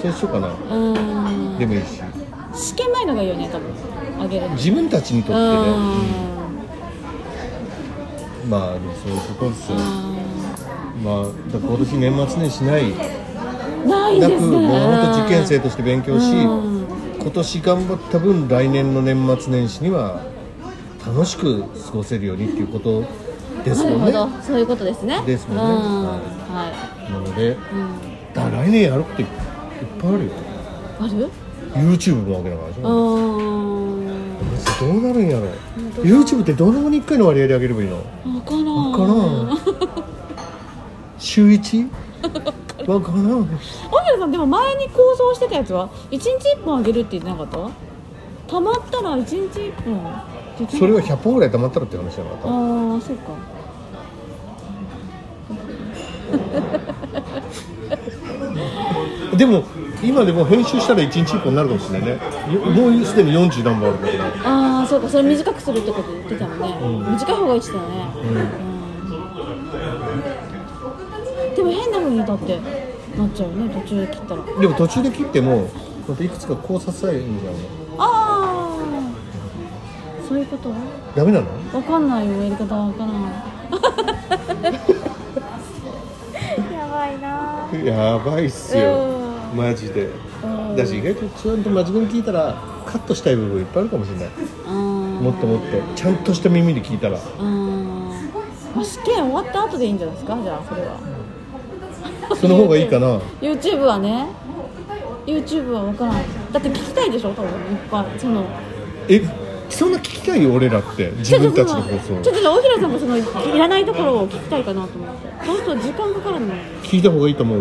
Speaker 1: そうしようかな
Speaker 2: うん
Speaker 1: でもいいし
Speaker 2: 試験前のがいいよね多分あげるの
Speaker 1: 自分たちにと
Speaker 2: う
Speaker 1: ってね
Speaker 2: ん
Speaker 1: まあでもそういうことですよ
Speaker 2: うん
Speaker 1: まあだから今年年末年始ない
Speaker 2: ないん
Speaker 1: な
Speaker 2: で
Speaker 1: く
Speaker 2: すね
Speaker 1: ぼーっと受験生として勉強し、
Speaker 2: うん
Speaker 1: 今年頑張った分来年の年末年始には楽しく過ごせるようにっていうことですも
Speaker 2: なる
Speaker 1: ん
Speaker 2: ほ
Speaker 1: ね
Speaker 2: ど
Speaker 1: な
Speaker 2: そういうことですね
Speaker 1: ですもんね
Speaker 2: うん
Speaker 1: はので
Speaker 2: は
Speaker 1: だ来年やることいっぱいあるよ
Speaker 2: い、うん、ある
Speaker 1: YouTube のわけだからでし
Speaker 2: う
Speaker 1: ょ
Speaker 2: ん
Speaker 1: 別にどうなるんやろ
Speaker 3: 本当だ
Speaker 1: YouTube ってどんなもに1回の割合で上げればいいの
Speaker 2: 分からん
Speaker 1: わからん週 1? わからん
Speaker 2: 大平さんでも前に構想してたやつは1日1本あげるって言ってなかったたまったら1日1本できる
Speaker 1: それは100本ぐらい溜まったらって話じゃなかった
Speaker 2: ああそうか
Speaker 1: でも今でも編集したら1日1個になるかもしれないねよもうすでに40何本あるから
Speaker 2: ああそうかそれ短くするってこと言ってたのね、短い方がいいって言ってたよね、うんでも変な風にだってなっちゃうよね途中で切ったら
Speaker 1: でも途中で切ってもまたいくつか考察さえいいんじゃない
Speaker 2: ああそういうこと
Speaker 1: ダメなの
Speaker 2: わかんないよやり方わからん
Speaker 3: やばいなぁ
Speaker 1: やばいっすよマジで
Speaker 2: うん
Speaker 1: だし意外とちゃんと真面目に聞いたらカットしたい部分いっぱいあるかもしれない
Speaker 2: うん
Speaker 1: もっともっとちゃんとした耳で聞いたら
Speaker 2: うんまあ試験終わった後でいいんじゃないですかじゃあそれは
Speaker 1: その方がいいかな
Speaker 2: YouTube はね YouTube はわからんだって聞きたいでしょ多分いっぱいその
Speaker 1: えそんな聞きたいよ俺らって自分たちの放
Speaker 2: ちょっ
Speaker 1: 送
Speaker 2: とその大平さんもそのいらないところを聞きたいかなと思ってそうすると時間かかるの
Speaker 1: 聞いた方がいいと思う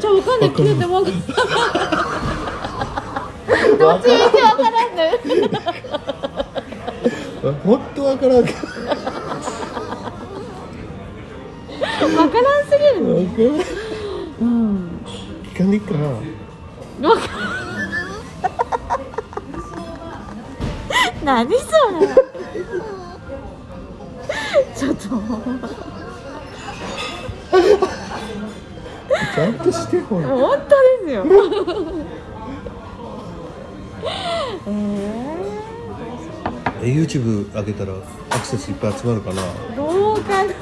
Speaker 2: じゃあわかんない
Speaker 1: わかん
Speaker 2: 聞
Speaker 1: ない
Speaker 2: いてもわかんない
Speaker 1: わか
Speaker 2: 全然わからんのよ
Speaker 1: らん本当わからんけど
Speaker 2: わからんすぎるの
Speaker 1: わかる
Speaker 2: うん
Speaker 1: 聞かねえかな
Speaker 2: わかん何それちょっとも
Speaker 1: ちゃんとしてほ
Speaker 2: う
Speaker 1: ら
Speaker 2: 本当ですよえ
Speaker 1: え YouTube 上げたらアクセスいっぱい集まるかな
Speaker 2: ー、どうかな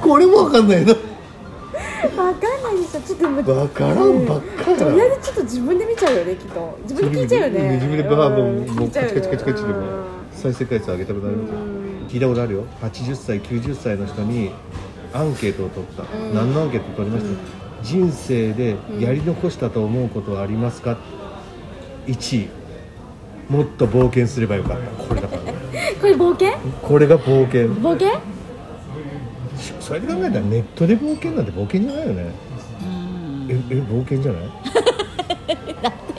Speaker 1: これもわかんないな
Speaker 3: わかんないでしょちょっと今
Speaker 1: わからんばっかり
Speaker 3: とりあえずちょっと自分で見ちゃうよねきっと自分で聞いちゃうよね
Speaker 1: 自分でバーボン
Speaker 3: う
Speaker 1: も
Speaker 3: ん聞
Speaker 1: う
Speaker 3: いちゃ
Speaker 1: カ
Speaker 3: う
Speaker 1: チカ
Speaker 3: よ
Speaker 1: チカチカチで
Speaker 3: う
Speaker 1: も
Speaker 3: ん
Speaker 1: 再生回数上げたくなります聞いたことあるよ80歳90歳の人にアンケートを取った、何のアンケート取りました、人生でやり残したと思うことはありますか、1位もっと冒険すればよかったこれだからね
Speaker 2: これ冒険
Speaker 1: これが冒険
Speaker 2: 冒険
Speaker 1: それで考えたらネットで冒険なんて冒険じゃないよねええ冒険じゃな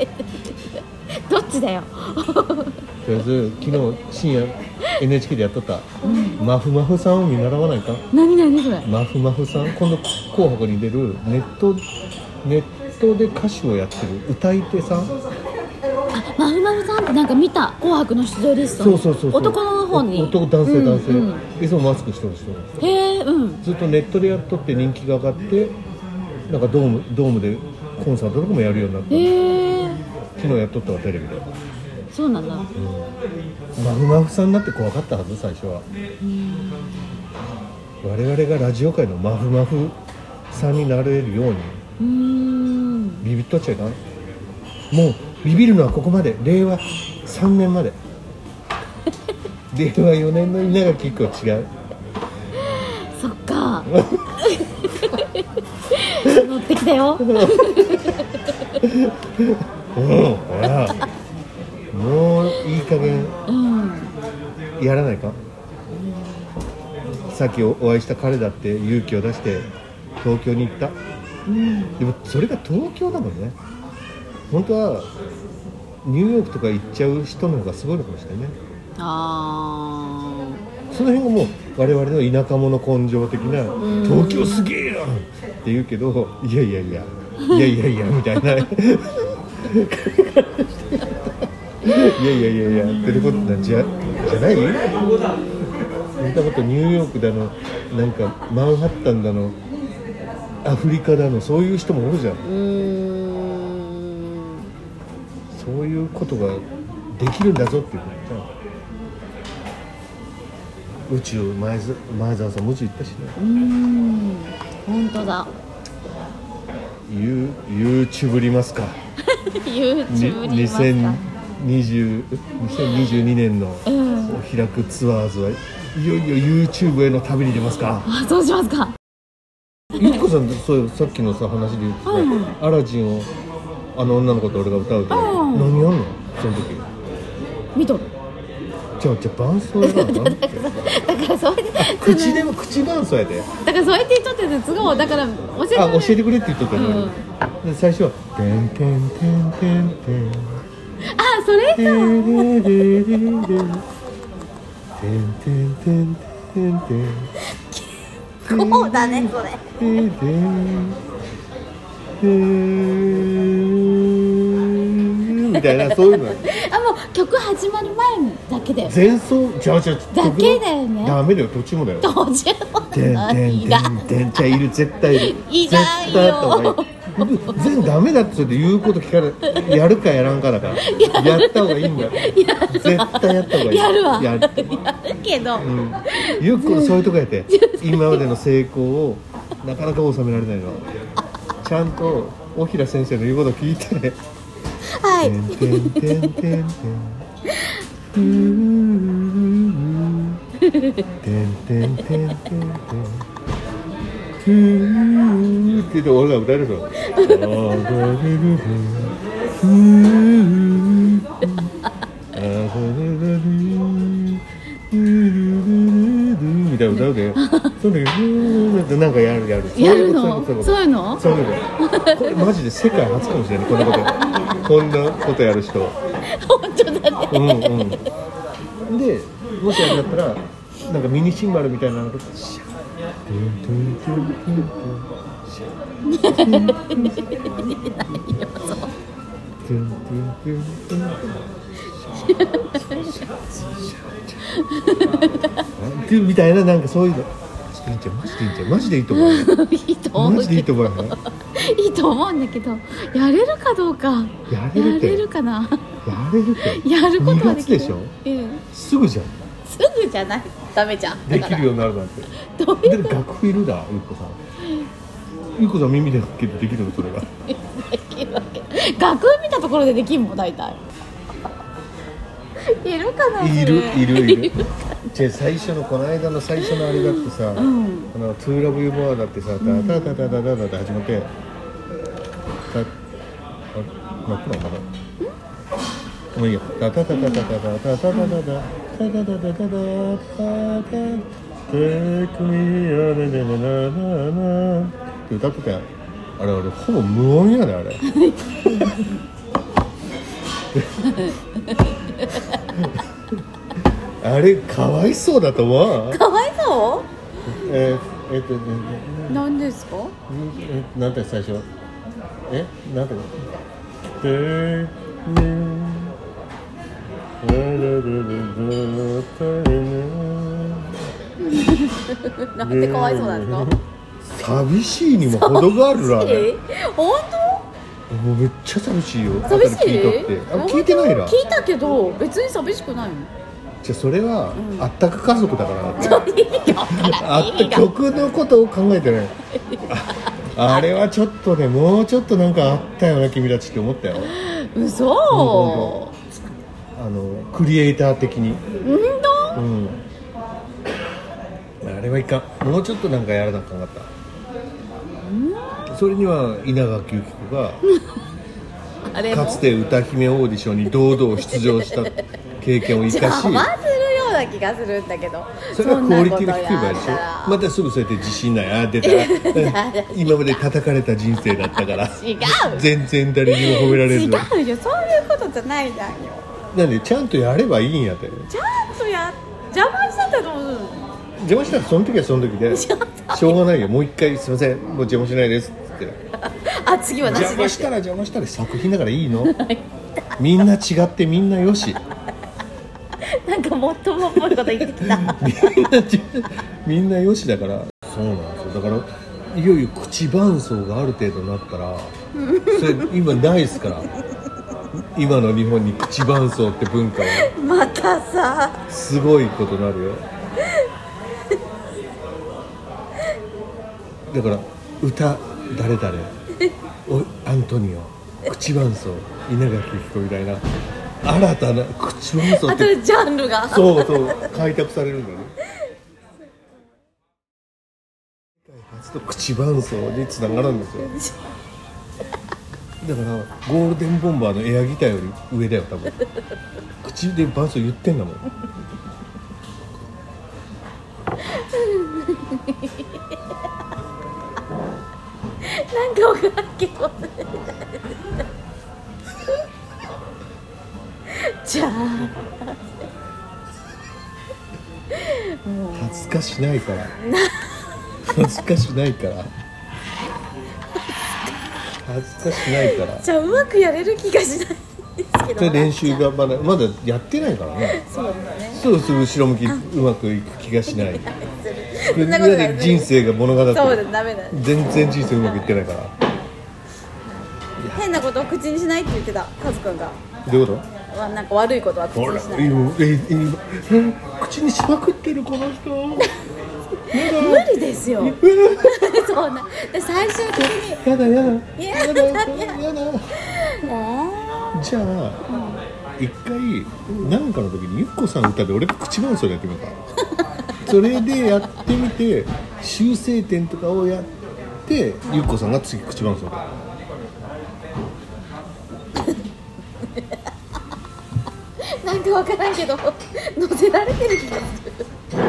Speaker 1: い
Speaker 2: どっちだよ
Speaker 1: とりあえず昨日深夜 NHK でやっとった、マフマフさんを見習わないか
Speaker 2: 何何それ
Speaker 1: マフマフさん今度「紅白」に出るネットネットで歌手をやってる歌い手さん
Speaker 2: マフマフさんってなんか見た紅白の出場リスト
Speaker 1: そうそうそうそう
Speaker 2: 男の方に
Speaker 1: お男男性
Speaker 2: うん
Speaker 1: 男性、
Speaker 2: うん
Speaker 1: いつもマスクしてる人
Speaker 2: へえうん
Speaker 1: ずっとネットでやっとって人気が上がってなんかドームドームでコンサートとかもやるようになった
Speaker 2: へえ
Speaker 1: 昨日やっとったわテレビで、
Speaker 2: そうなんだ
Speaker 1: マフマフさんになって怖かったはず最初は、我々がラジオ界のマフマフさんになれるように
Speaker 2: うーん
Speaker 1: ビビっとっちゃいかんもうビビるのはここまで令和3年まで 令和4年の稲垣一個違う
Speaker 2: そっか 乗ってきたよ
Speaker 1: うんほらもういい加減
Speaker 2: うん
Speaker 1: やらないかさっきおお会いした彼だって勇気を出して東京に行った、でもそれが東京だもんね本当はニューヨークとか行っちゃう人の方がすごいのかもしれないね
Speaker 2: あ
Speaker 1: その辺がもう我々の田舎者根性的な「東京すげえやん!」って言うけど「いやいやいやいやいやいや」みたいな「いやいやいやいや」ってることなんじゃじゃないそんなことニューヨークだのなんかマンハッタンだのアフリカだのそういう人もおるじゃん
Speaker 2: ーうーん
Speaker 1: そういうことができるんだぞっていうことだ宇宙前ず前澤さん宇宙行ったしね
Speaker 2: うーん本当だ
Speaker 1: ユー YouTube りますか
Speaker 2: YouTube にいますか
Speaker 1: 2020 2022年のお開くツアーズはいよいよ YouTube への旅に出ますか
Speaker 2: あそうしますか
Speaker 1: ゆきこさんそういうさっきのさ話で言うとさ、アラジンをあの女の子と俺が歌うけど、
Speaker 2: うん
Speaker 1: 何やんのその時
Speaker 2: 見とる
Speaker 1: じゃあじゃあ伴奏やろうな
Speaker 2: だからそうやって
Speaker 1: 口でも口伴奏やで
Speaker 2: だからそうやって言っとって都合だから教えて
Speaker 1: あ教え
Speaker 2: て
Speaker 1: てくれって言っとったの、で最初は「てんてんてんてんてん」
Speaker 2: あそれ
Speaker 1: てれれれれれてんてんてんてんてんてん
Speaker 3: こうだねそれ
Speaker 1: てんてんてんみたいなそういうの
Speaker 2: あもう曲始まる前だけだよ
Speaker 1: 前奏じゃあじゃあ
Speaker 2: だけだよね
Speaker 1: ダメだよ途中もだよ
Speaker 2: 途中
Speaker 1: てん
Speaker 2: も
Speaker 1: てん
Speaker 2: 何
Speaker 1: て
Speaker 2: が
Speaker 1: んてんちゃいる絶対いる
Speaker 2: い
Speaker 1: 絶
Speaker 2: らんよ
Speaker 1: 対あった方がいい全然ダメだって言って言うこと聞かれやるかやらんかだからやった方がいいんだよ絶対やった方がいい
Speaker 2: やるわ
Speaker 1: やる
Speaker 2: やるけど、
Speaker 1: うんゆっくりそういうとこやって今までの成功をなかなか収められないのちゃんと大平先生の言うこと聞いて
Speaker 3: は
Speaker 1: て
Speaker 3: い
Speaker 1: んてんてんてんてんてんてんてんてんてんふーって言って俺ら歌えるぞ。ふーみたいな歌うで。その時ふーってなんかやるやる。
Speaker 2: やるの
Speaker 1: そういうこと
Speaker 2: そういうの
Speaker 1: そういうことこれマジで世界初かもしれないこんなことこんなことやる人
Speaker 2: 本当だね
Speaker 1: うんうんでもしあれだったらなんかミニシンバルみたいなのがシャットゥントゥントゥントゥンシャットゥントゥントゥントゥンシャッシャッシャッシャッシャッシャッなんていうみたいななんかそういうのちょっといいんちゃうマジでいいんちゃうマジでいいと思うよ
Speaker 2: いいと思
Speaker 1: マ
Speaker 2: う
Speaker 1: ジでい
Speaker 2: け
Speaker 1: いと
Speaker 2: ど
Speaker 1: 思うよ
Speaker 2: いいと思うんだけどやれるかどうか
Speaker 1: や
Speaker 2: や
Speaker 1: れるって
Speaker 2: れるかな
Speaker 1: やれるって
Speaker 2: やることはでき
Speaker 1: 二月で
Speaker 2: る
Speaker 1: しょ
Speaker 2: ええ
Speaker 1: すぐじゃ
Speaker 2: すぐじゃないダメじゃん
Speaker 1: ん
Speaker 2: だ
Speaker 1: で
Speaker 2: か
Speaker 1: き
Speaker 2: ら
Speaker 1: るようになるなんて
Speaker 2: どうい
Speaker 1: で
Speaker 2: うこ
Speaker 1: 楽譜いるだゆっこさんゆっこさん耳で吹けてできるのそれが
Speaker 2: とできるわけ学譜見たところでできんもん大体いるかないそ
Speaker 1: る
Speaker 2: れ
Speaker 1: いるいるじゃ最初のこの間の最初のあれだってさ「あ
Speaker 2: ん
Speaker 1: のトゥーラブユーモアだってさ「タタタタタタタ」って始まって「たあ真っ暗まだ」もういいよ「タタタタタタタタタタタタタタタタタタタ Take me on a na na na na」って歌ってたやんあれ俺ほぼ無音やであれあれかわいそうだと思わん
Speaker 3: かわいそ
Speaker 1: えーえっとね
Speaker 2: 何ですか
Speaker 1: えなんて最初えなんてで
Speaker 3: うなんてかわいそうなんですか
Speaker 1: 寂しいにも程があるなあれ
Speaker 3: え本
Speaker 1: もうめっちゃ寂しいよ
Speaker 2: 寂しい
Speaker 1: 後で聞いとってあ聞いてないな
Speaker 2: 聞いたけど別に寂しくないの
Speaker 1: じゃあそれは、あったか家族だから
Speaker 2: 意味がわから
Speaker 1: あ
Speaker 2: ん意
Speaker 1: った
Speaker 2: 味が
Speaker 1: 曲のことを考えてないああれはちょっとねもうちょっとなんかあったよな君たちって思ったよ
Speaker 2: 嘘
Speaker 1: あのクリエイター的に
Speaker 2: 運動
Speaker 1: うんあれはいかんもうちょっとなんかやらなあかんかったそれには稲垣由紀子が
Speaker 2: あれも
Speaker 1: かつて歌姫オーディションに堂々出場した経験を生
Speaker 3: 邪
Speaker 1: かし
Speaker 3: 魔するような気がするんだけど
Speaker 1: それがクオリティが低い場合でし
Speaker 3: そん
Speaker 1: ょ
Speaker 3: なことやったら
Speaker 1: またすぐそうやって自信ないああ出た うん 今まで叩かれた人生だったから
Speaker 2: 違う
Speaker 1: 全然誰にも褒められ
Speaker 3: 違
Speaker 1: ず
Speaker 3: うよそういうことじゃないじゃんよ
Speaker 1: なんでちゃんとやればいいんやって
Speaker 3: ちゃんとや邪魔しちゃったらどうするの
Speaker 1: 邪魔したらその時はその時 でしょうがないよもう一回すいませんもう邪魔しないですって言って
Speaker 3: あ次はなし
Speaker 1: 邪魔
Speaker 3: で
Speaker 1: し
Speaker 3: す
Speaker 1: たら邪魔したら作品だからいいのみんな違ってみんなよし
Speaker 3: なんかもっともっぽいこと言ってきた
Speaker 1: みんな違みんなよしだからそうなんですよだからいよいよ口伴奏がある程度になったらそれ今ないですから今の日本に口伴奏って文化は
Speaker 3: またさ
Speaker 1: すごいことになるよだから歌誰々おアントニオ口伴奏稲垣彦みたいな新たな口伴奏っ
Speaker 3: あと
Speaker 1: て
Speaker 3: ジャンルが
Speaker 1: そうそう開拓されるんだね世界初と口伴奏につながるんですよだからゴールデンボンバーのエアギターより上だよ多分口で伴奏言ってんだもん
Speaker 3: なんかわからんけどじゃあ
Speaker 1: 恥ずかしないから恥ずかしないから恥ずかしないから
Speaker 3: じゃあうまくやれる気がしないんですけ
Speaker 1: それ
Speaker 3: ど
Speaker 1: 練習がまだまだやってないからね
Speaker 3: そうだね
Speaker 1: そうすぐ後ろ向きうまくいく気がしないそれ
Speaker 3: そんなことない
Speaker 1: で人生が物語って
Speaker 3: そうだ
Speaker 1: る
Speaker 3: ダメだ
Speaker 1: 全然人生うまくいってないから
Speaker 3: 変なことを口にしないって言ってたカズくんが
Speaker 1: どういうこ
Speaker 3: わなんか悪いことは口
Speaker 1: とほ
Speaker 3: に
Speaker 1: ら
Speaker 3: しない
Speaker 1: 今え今え口にしまくってるこの人
Speaker 3: 無理ですよそうなで最終的に
Speaker 1: やだやだ
Speaker 3: いや
Speaker 1: やだやだ
Speaker 3: あ
Speaker 1: じゃあ一回何かの時にゆっこさん歌で俺が口伴奏でやってみよう かそれでやってみて修正点とかをやってゆっこさんが次口伴奏で
Speaker 3: ーなんかわからんけど乗せられてる気がする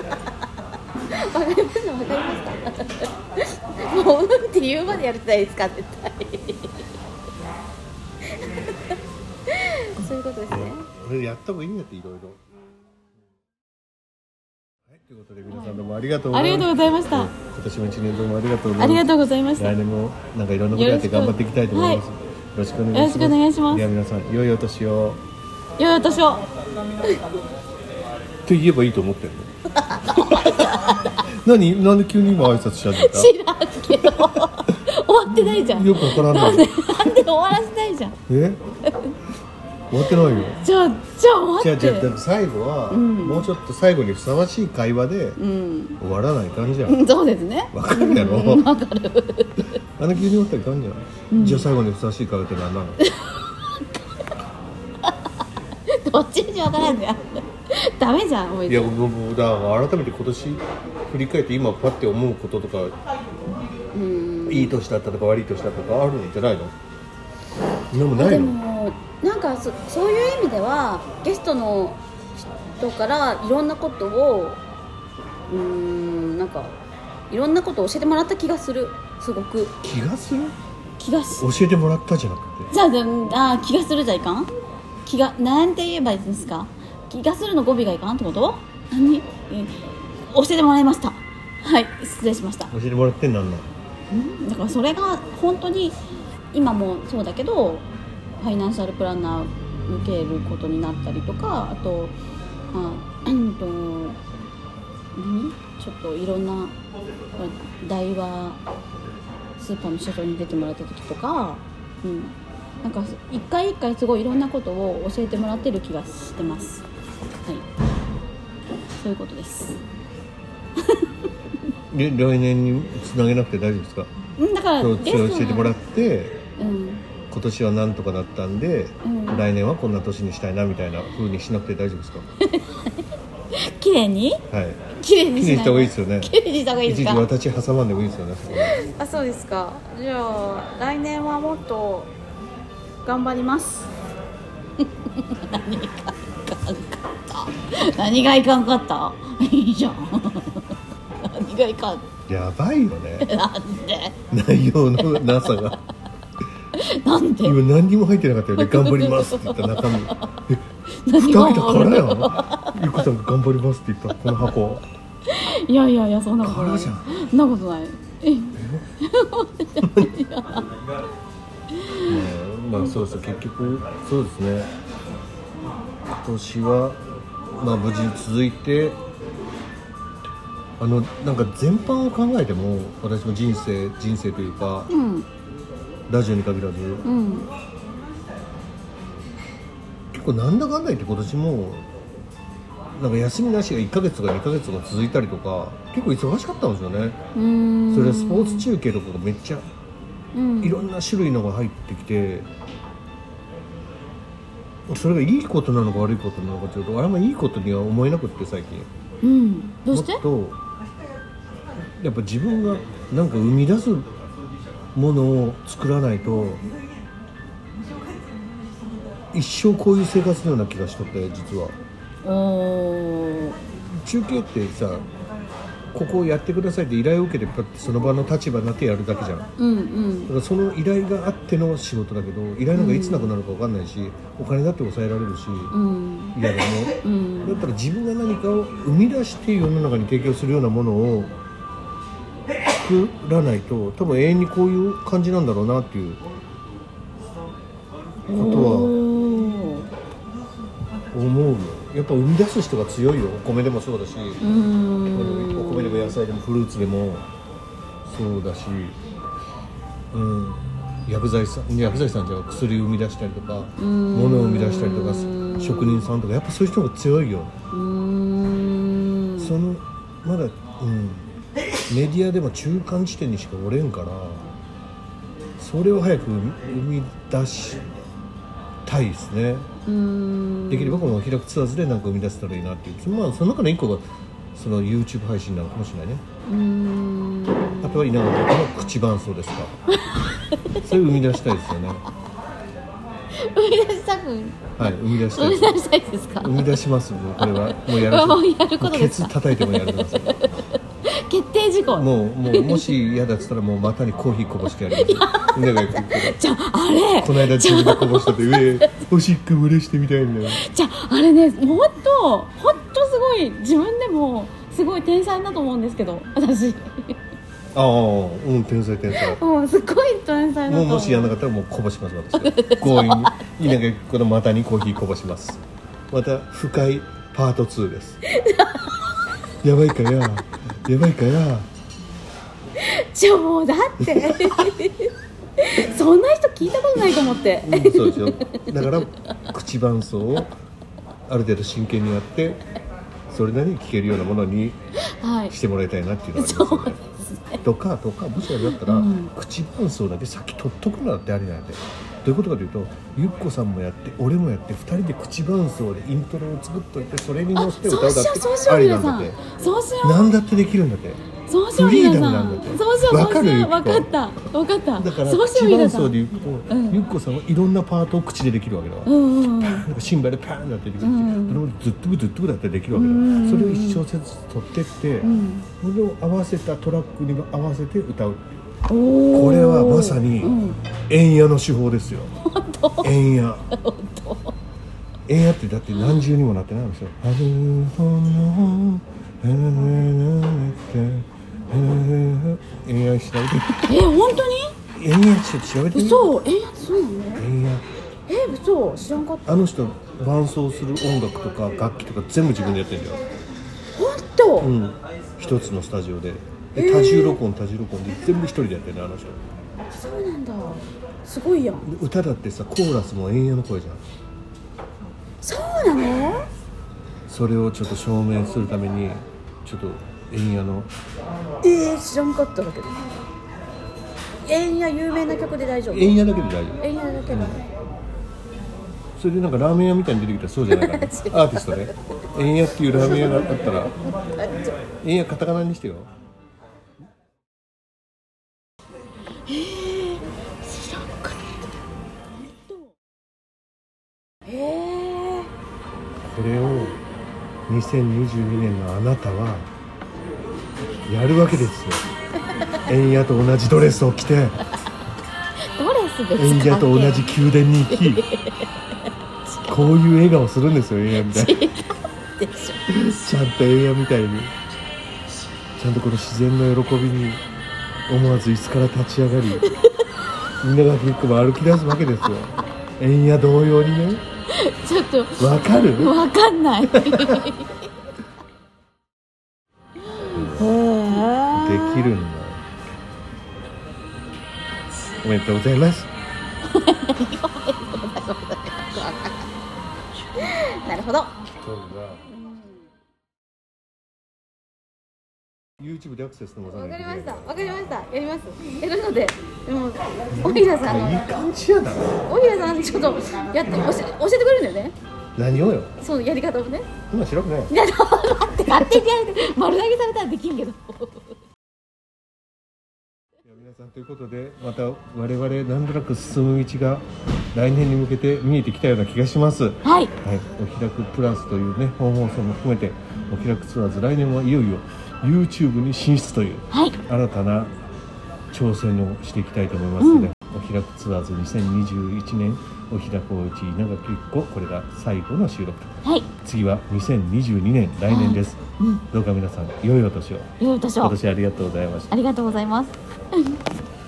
Speaker 3: わかりましたわかりましたもううんって言うまでやりたいですか絶対そういうことですね
Speaker 1: 俺やった方がいいんだっていろいろはいということで皆さんどうもありがとうご
Speaker 2: あ
Speaker 1: ざ
Speaker 2: り
Speaker 1: い
Speaker 2: がと
Speaker 1: ま
Speaker 2: うご
Speaker 1: す
Speaker 2: ざいました
Speaker 1: 今年も一年どうもありがとうござ
Speaker 2: あ
Speaker 1: い
Speaker 2: り
Speaker 1: ま
Speaker 2: が
Speaker 1: す
Speaker 2: とうございました
Speaker 1: 来年もなんかいろんなことやって頑張っていきたいと思いますよろしくお願いします
Speaker 2: よろしくお願いします
Speaker 1: では皆さん良いお年を
Speaker 2: 良いお年を
Speaker 1: って言えばいいと思ってるの 何なんで急に今挨拶しちゃった
Speaker 2: 知らんけど終わってないじゃん
Speaker 1: よくわから
Speaker 2: なん
Speaker 1: な
Speaker 2: で
Speaker 1: い
Speaker 2: なんで終わらせたいじゃん
Speaker 1: え終わってないよ
Speaker 2: じゃあじゃあ
Speaker 1: じ
Speaker 2: 終
Speaker 1: ゃ
Speaker 2: わ
Speaker 1: あ
Speaker 2: っ
Speaker 1: じゃあ
Speaker 2: て
Speaker 1: でも最後は、もうちょっと最後にふさわしい会話で
Speaker 2: うん
Speaker 1: 終わらない感じや
Speaker 2: うんそうですね
Speaker 1: わかるやろわかるあの急に終わったらいかんじゃん、じゃあ最後にふさわしい会話って何なの
Speaker 2: どっちにしわからんじゃんダメじゃんおい
Speaker 1: いや僕僕だから改めて今年振り返って今パッて思うこととかいい年だったとか悪い年だったとかあるんじゃないのでもない
Speaker 3: で
Speaker 1: の
Speaker 3: もなんかそそういう意味ではゲストの人からいろんなことをうーんなんかいろんなことを教えてもらった気がするすごく
Speaker 1: 気がする
Speaker 2: 気がす
Speaker 1: 教えてもらったじゃなくて
Speaker 2: じゃあじゃああー気がするじゃいかん気がなんて言えばいいんですか気がするの語尾がいかんってこと何え教えてもらいましたはい失礼しました
Speaker 1: 教えてもらってなんなん
Speaker 2: だからそれが本当に今もそうだけどファイナンシャルプランナー受けることになったりとかあとあうんと何ちょっといろんなこれ大和スーパーの社長に出てもらった時とか、うん、なんか一回一回すごいいろんなことを教えてもらってる気がしてます。はいそういうことです。
Speaker 1: で来年につなげなくて大丈夫ですか
Speaker 2: うんだから
Speaker 1: そう
Speaker 2: ゲ
Speaker 1: それ
Speaker 2: ス
Speaker 1: 教
Speaker 2: ト
Speaker 1: えてもら
Speaker 2: の
Speaker 1: って
Speaker 2: うん
Speaker 1: 今年はなんとかだったんで、
Speaker 2: うん
Speaker 1: 来年はこんな年にしたいなみたいな風にしなくて大丈夫ですか
Speaker 2: 綺麗に
Speaker 1: はい
Speaker 2: 綺麗に
Speaker 1: 気
Speaker 2: し
Speaker 1: にし
Speaker 2: ない
Speaker 1: た
Speaker 2: と
Speaker 1: 方がいいですよね
Speaker 2: 綺麗にした方がいい
Speaker 1: い
Speaker 2: です
Speaker 1: ちいち
Speaker 2: か
Speaker 1: 私挟まんでもいいですよねそこね
Speaker 3: あそうですかじゃあ来年はもっと頑張ります
Speaker 2: 何がいかんかったいいじゃん何がいかん
Speaker 1: やばいよね
Speaker 2: なんで
Speaker 1: 内容のなさが
Speaker 2: なんで
Speaker 1: 今何にも入ってなかったよね頑張りますって言った 中身え
Speaker 2: 何
Speaker 1: 蓋開けた
Speaker 2: が
Speaker 1: からやんゆっこさんが頑張りますって言ったこの箱
Speaker 2: いやいやいやそんなことな
Speaker 1: 殻
Speaker 2: い
Speaker 1: じ
Speaker 2: そ
Speaker 1: ゃん
Speaker 2: んなことないえ
Speaker 1: うんまあそうですよ結局そうですね今年はまあ無事続いてあのなんか全般を考えても私も人生人生というか
Speaker 2: うん
Speaker 1: ラジオに限らず
Speaker 2: うん
Speaker 1: 結構なんだかんだ言って今年もなんか休みなしが1ヶ月とか2ヶ月とか続いたりとか結構忙しかったんですよね
Speaker 3: うーん
Speaker 1: それはスポーツ中継とかがめっちゃ
Speaker 3: うん
Speaker 1: いろんな種類のが入ってきてそれがいいことなのか悪いことなのかというとあれもいいことには思えなくって最近
Speaker 3: うんどうして
Speaker 1: もっとやっぱ自分がなんか生み出すものを作らないと一生こういう生活のような気がしとって実は
Speaker 3: おお
Speaker 1: 中継ってさここをやってくださいって依頼を受けてパッてその場の立場になってやるだけじゃんだ
Speaker 3: うんうん
Speaker 1: からその依頼があっての仕事だけど依頼なんかいつなくなるか分かんないし、お金だって抑えられるし
Speaker 3: うん
Speaker 1: 嫌だも
Speaker 3: うん
Speaker 1: だったら自分が何かを生み出して世の中に提供するようなものを作らないと多分永遠にこういう感じなんだろうなっていうことは
Speaker 3: おー
Speaker 1: 思うよやっぱ生み出す人が強いよお米でもそうだし、
Speaker 3: うーん
Speaker 1: お米でも野菜でもフルーツでもそうだし、うん、薬剤さん薬剤師さんじゃ薬生み出したりとか
Speaker 3: ん
Speaker 1: 物を生み出したりとか職人さんとかやっぱそういう人が強いよ。
Speaker 3: うーん
Speaker 1: そのまだ、うん、メディアでも中間地点にしかおれんからそれを早く生み出したいですね
Speaker 3: うーん
Speaker 1: できればこの開くツアーズで何か生み出せたらいいなっていうまあその中の一個がその YouTube 配信なのかもしれないね
Speaker 3: うーん
Speaker 1: あとは稲垣君の口伴奏 ですかそれを生み出したいですよね
Speaker 3: 生み出したく
Speaker 1: はい生み出した
Speaker 3: 生
Speaker 1: いです
Speaker 3: み出したいですか
Speaker 1: 生み出しますもうこれはもうやら
Speaker 3: もうやることで
Speaker 1: ケ
Speaker 3: す
Speaker 1: ツ
Speaker 3: か
Speaker 1: 叩いてもやるます
Speaker 3: 決定事項
Speaker 1: もうも うもし嫌だっつったらもう股にコーヒーこぼしてやります稲垣君から
Speaker 3: じゃああれ
Speaker 1: この間自分でこぼしたって上おしっこ漏れしてみたいんだよ
Speaker 3: じゃああれねもう本当本当すごい自分でもすごい天才だと思うんですけど私
Speaker 1: ああうん天才天才
Speaker 3: もうすごい天才だと
Speaker 1: も
Speaker 3: 思
Speaker 1: う
Speaker 3: う
Speaker 1: もしやんなかったらもうこぼします私は強引に稲垣この股にコーヒーこぼしますまた深いパート2ですやばいかややばいかや
Speaker 3: じゃあもうだってそんな人聞いたことないと思って
Speaker 1: うんそうですよだから口伴奏をある程度真剣にやってそれなりに聴けるようなものに
Speaker 3: はい
Speaker 1: してもらいたいなっていうのはありますよねとかとかもしあれだったら、口伴奏だけ先取っとくなってありなんでどういうことかというとゆっこさんもやって俺もやって2人で口伴奏でイントロを作っといてそれに乗せて歌
Speaker 3: そう
Speaker 1: うだ
Speaker 3: し
Speaker 1: っ
Speaker 3: ようそうしてよ
Speaker 1: あ
Speaker 3: う
Speaker 1: り
Speaker 3: 皆
Speaker 1: なんだっ
Speaker 3: さん
Speaker 1: て
Speaker 3: そうしよう
Speaker 1: 何だってできるんだって
Speaker 3: そうしよう皆
Speaker 1: フリーダムな
Speaker 3: さ
Speaker 1: んだっ
Speaker 3: ん
Speaker 1: て
Speaker 3: そうしよう
Speaker 1: わ
Speaker 3: そ
Speaker 1: か
Speaker 3: う
Speaker 1: る
Speaker 3: しよう
Speaker 1: ゆ
Speaker 3: 分
Speaker 1: きこ
Speaker 3: かった分かった
Speaker 1: だから
Speaker 3: そうしよ
Speaker 1: 口
Speaker 3: う皆
Speaker 1: 伴
Speaker 3: さん
Speaker 1: 奏で
Speaker 3: う
Speaker 1: いくと、ゆっこさんはいろんなパートを口でできるわけだわ、
Speaker 3: んうんうん
Speaker 1: なんかシンバルパーンだってできるし、
Speaker 3: う
Speaker 1: ド
Speaker 3: ん
Speaker 1: ラムずっとくずっとくだってできるわけだ、
Speaker 3: うん
Speaker 1: それを一小節ずつ取ってって、
Speaker 3: ん
Speaker 1: それを合わせたトラックにも合わせて歌う
Speaker 3: こ
Speaker 1: これはまさに
Speaker 3: うん、
Speaker 1: 円屋の手法ですよ円屋円屋ってだって何重にもなってないんですよ「春の花って円屋調べ
Speaker 3: え本当に
Speaker 1: て円屋ちょっと調べてみよ
Speaker 3: 嘘えそうなの
Speaker 1: う円屋
Speaker 3: え嘘知らんかった
Speaker 1: あの人伴奏する音楽とか楽器とか全部自分でやってるんだよ
Speaker 3: 本当、
Speaker 1: うん一つのスタジオでで多重録音多重録音で全部一人でやってるのあの人
Speaker 3: そうなんだすごいやん
Speaker 1: 歌だってさコーラスも円屋の声じゃん
Speaker 3: そうなの
Speaker 1: それをちょっと証明するためにちょっと円屋の
Speaker 3: えー、知らんかっただけどえんや有名な曲で大丈夫
Speaker 1: 円屋だけで大丈夫
Speaker 3: えんやだけど
Speaker 1: それでなんかラーメン屋みたいに出てきたらそうじゃない から、ね、アーティストね円屋っていうラーメン屋があったら円屋カタカナにしてよ
Speaker 3: 知らんかったえ
Speaker 1: これを2022年のあなたはやるわけですよ円屋と同じドレスを着て
Speaker 3: ー、ドレス別
Speaker 1: 円
Speaker 3: に
Speaker 1: 屋と同じ宮殿に行 きこういう笑顔するんですよ円屋みたいな
Speaker 3: でしょ
Speaker 1: ちゃんと映画みたいにちゃんとこの自然の喜びに思わず椅子から立ち上がり稲垣一個も歩き出すわけですよ円や同様にね
Speaker 3: ちょっと
Speaker 1: わかる
Speaker 3: わかんない。へえ。
Speaker 1: で
Speaker 3: で
Speaker 1: きるんだおめでとうございます
Speaker 3: なるほど。
Speaker 1: そうだ YouTube でアクセスの技
Speaker 3: わかりました
Speaker 1: い
Speaker 3: わかりましたやりますやるのででもオイラさんの
Speaker 1: い感じやな
Speaker 3: オイラさんちょっとやって教え教えてくれるんだよね
Speaker 1: 何をよ
Speaker 3: そのやり方をね
Speaker 1: 今白くない
Speaker 3: いや待って勝手にやる
Speaker 2: 丸投げされたらできんけど
Speaker 1: いや皆さんということでまた我々なんとなく進む道が来年に向けて見えてきたような気がします、はい、
Speaker 2: はい
Speaker 1: お開くプラスというね本放送も含めてお開くツアーズ来年はいよいよ YouTube に進出という
Speaker 2: はい
Speaker 1: 新たな挑戦をしていきたいと思いますので、お開くツアーズ2021年お開くおうち稲垣子これが最後の収録と
Speaker 2: はい
Speaker 1: 次は2022年来年です、
Speaker 2: うん
Speaker 1: どうか皆さん良いお年を
Speaker 2: 良いお年
Speaker 1: 今
Speaker 2: を
Speaker 1: 年ありがとうございました
Speaker 2: ありがとうございます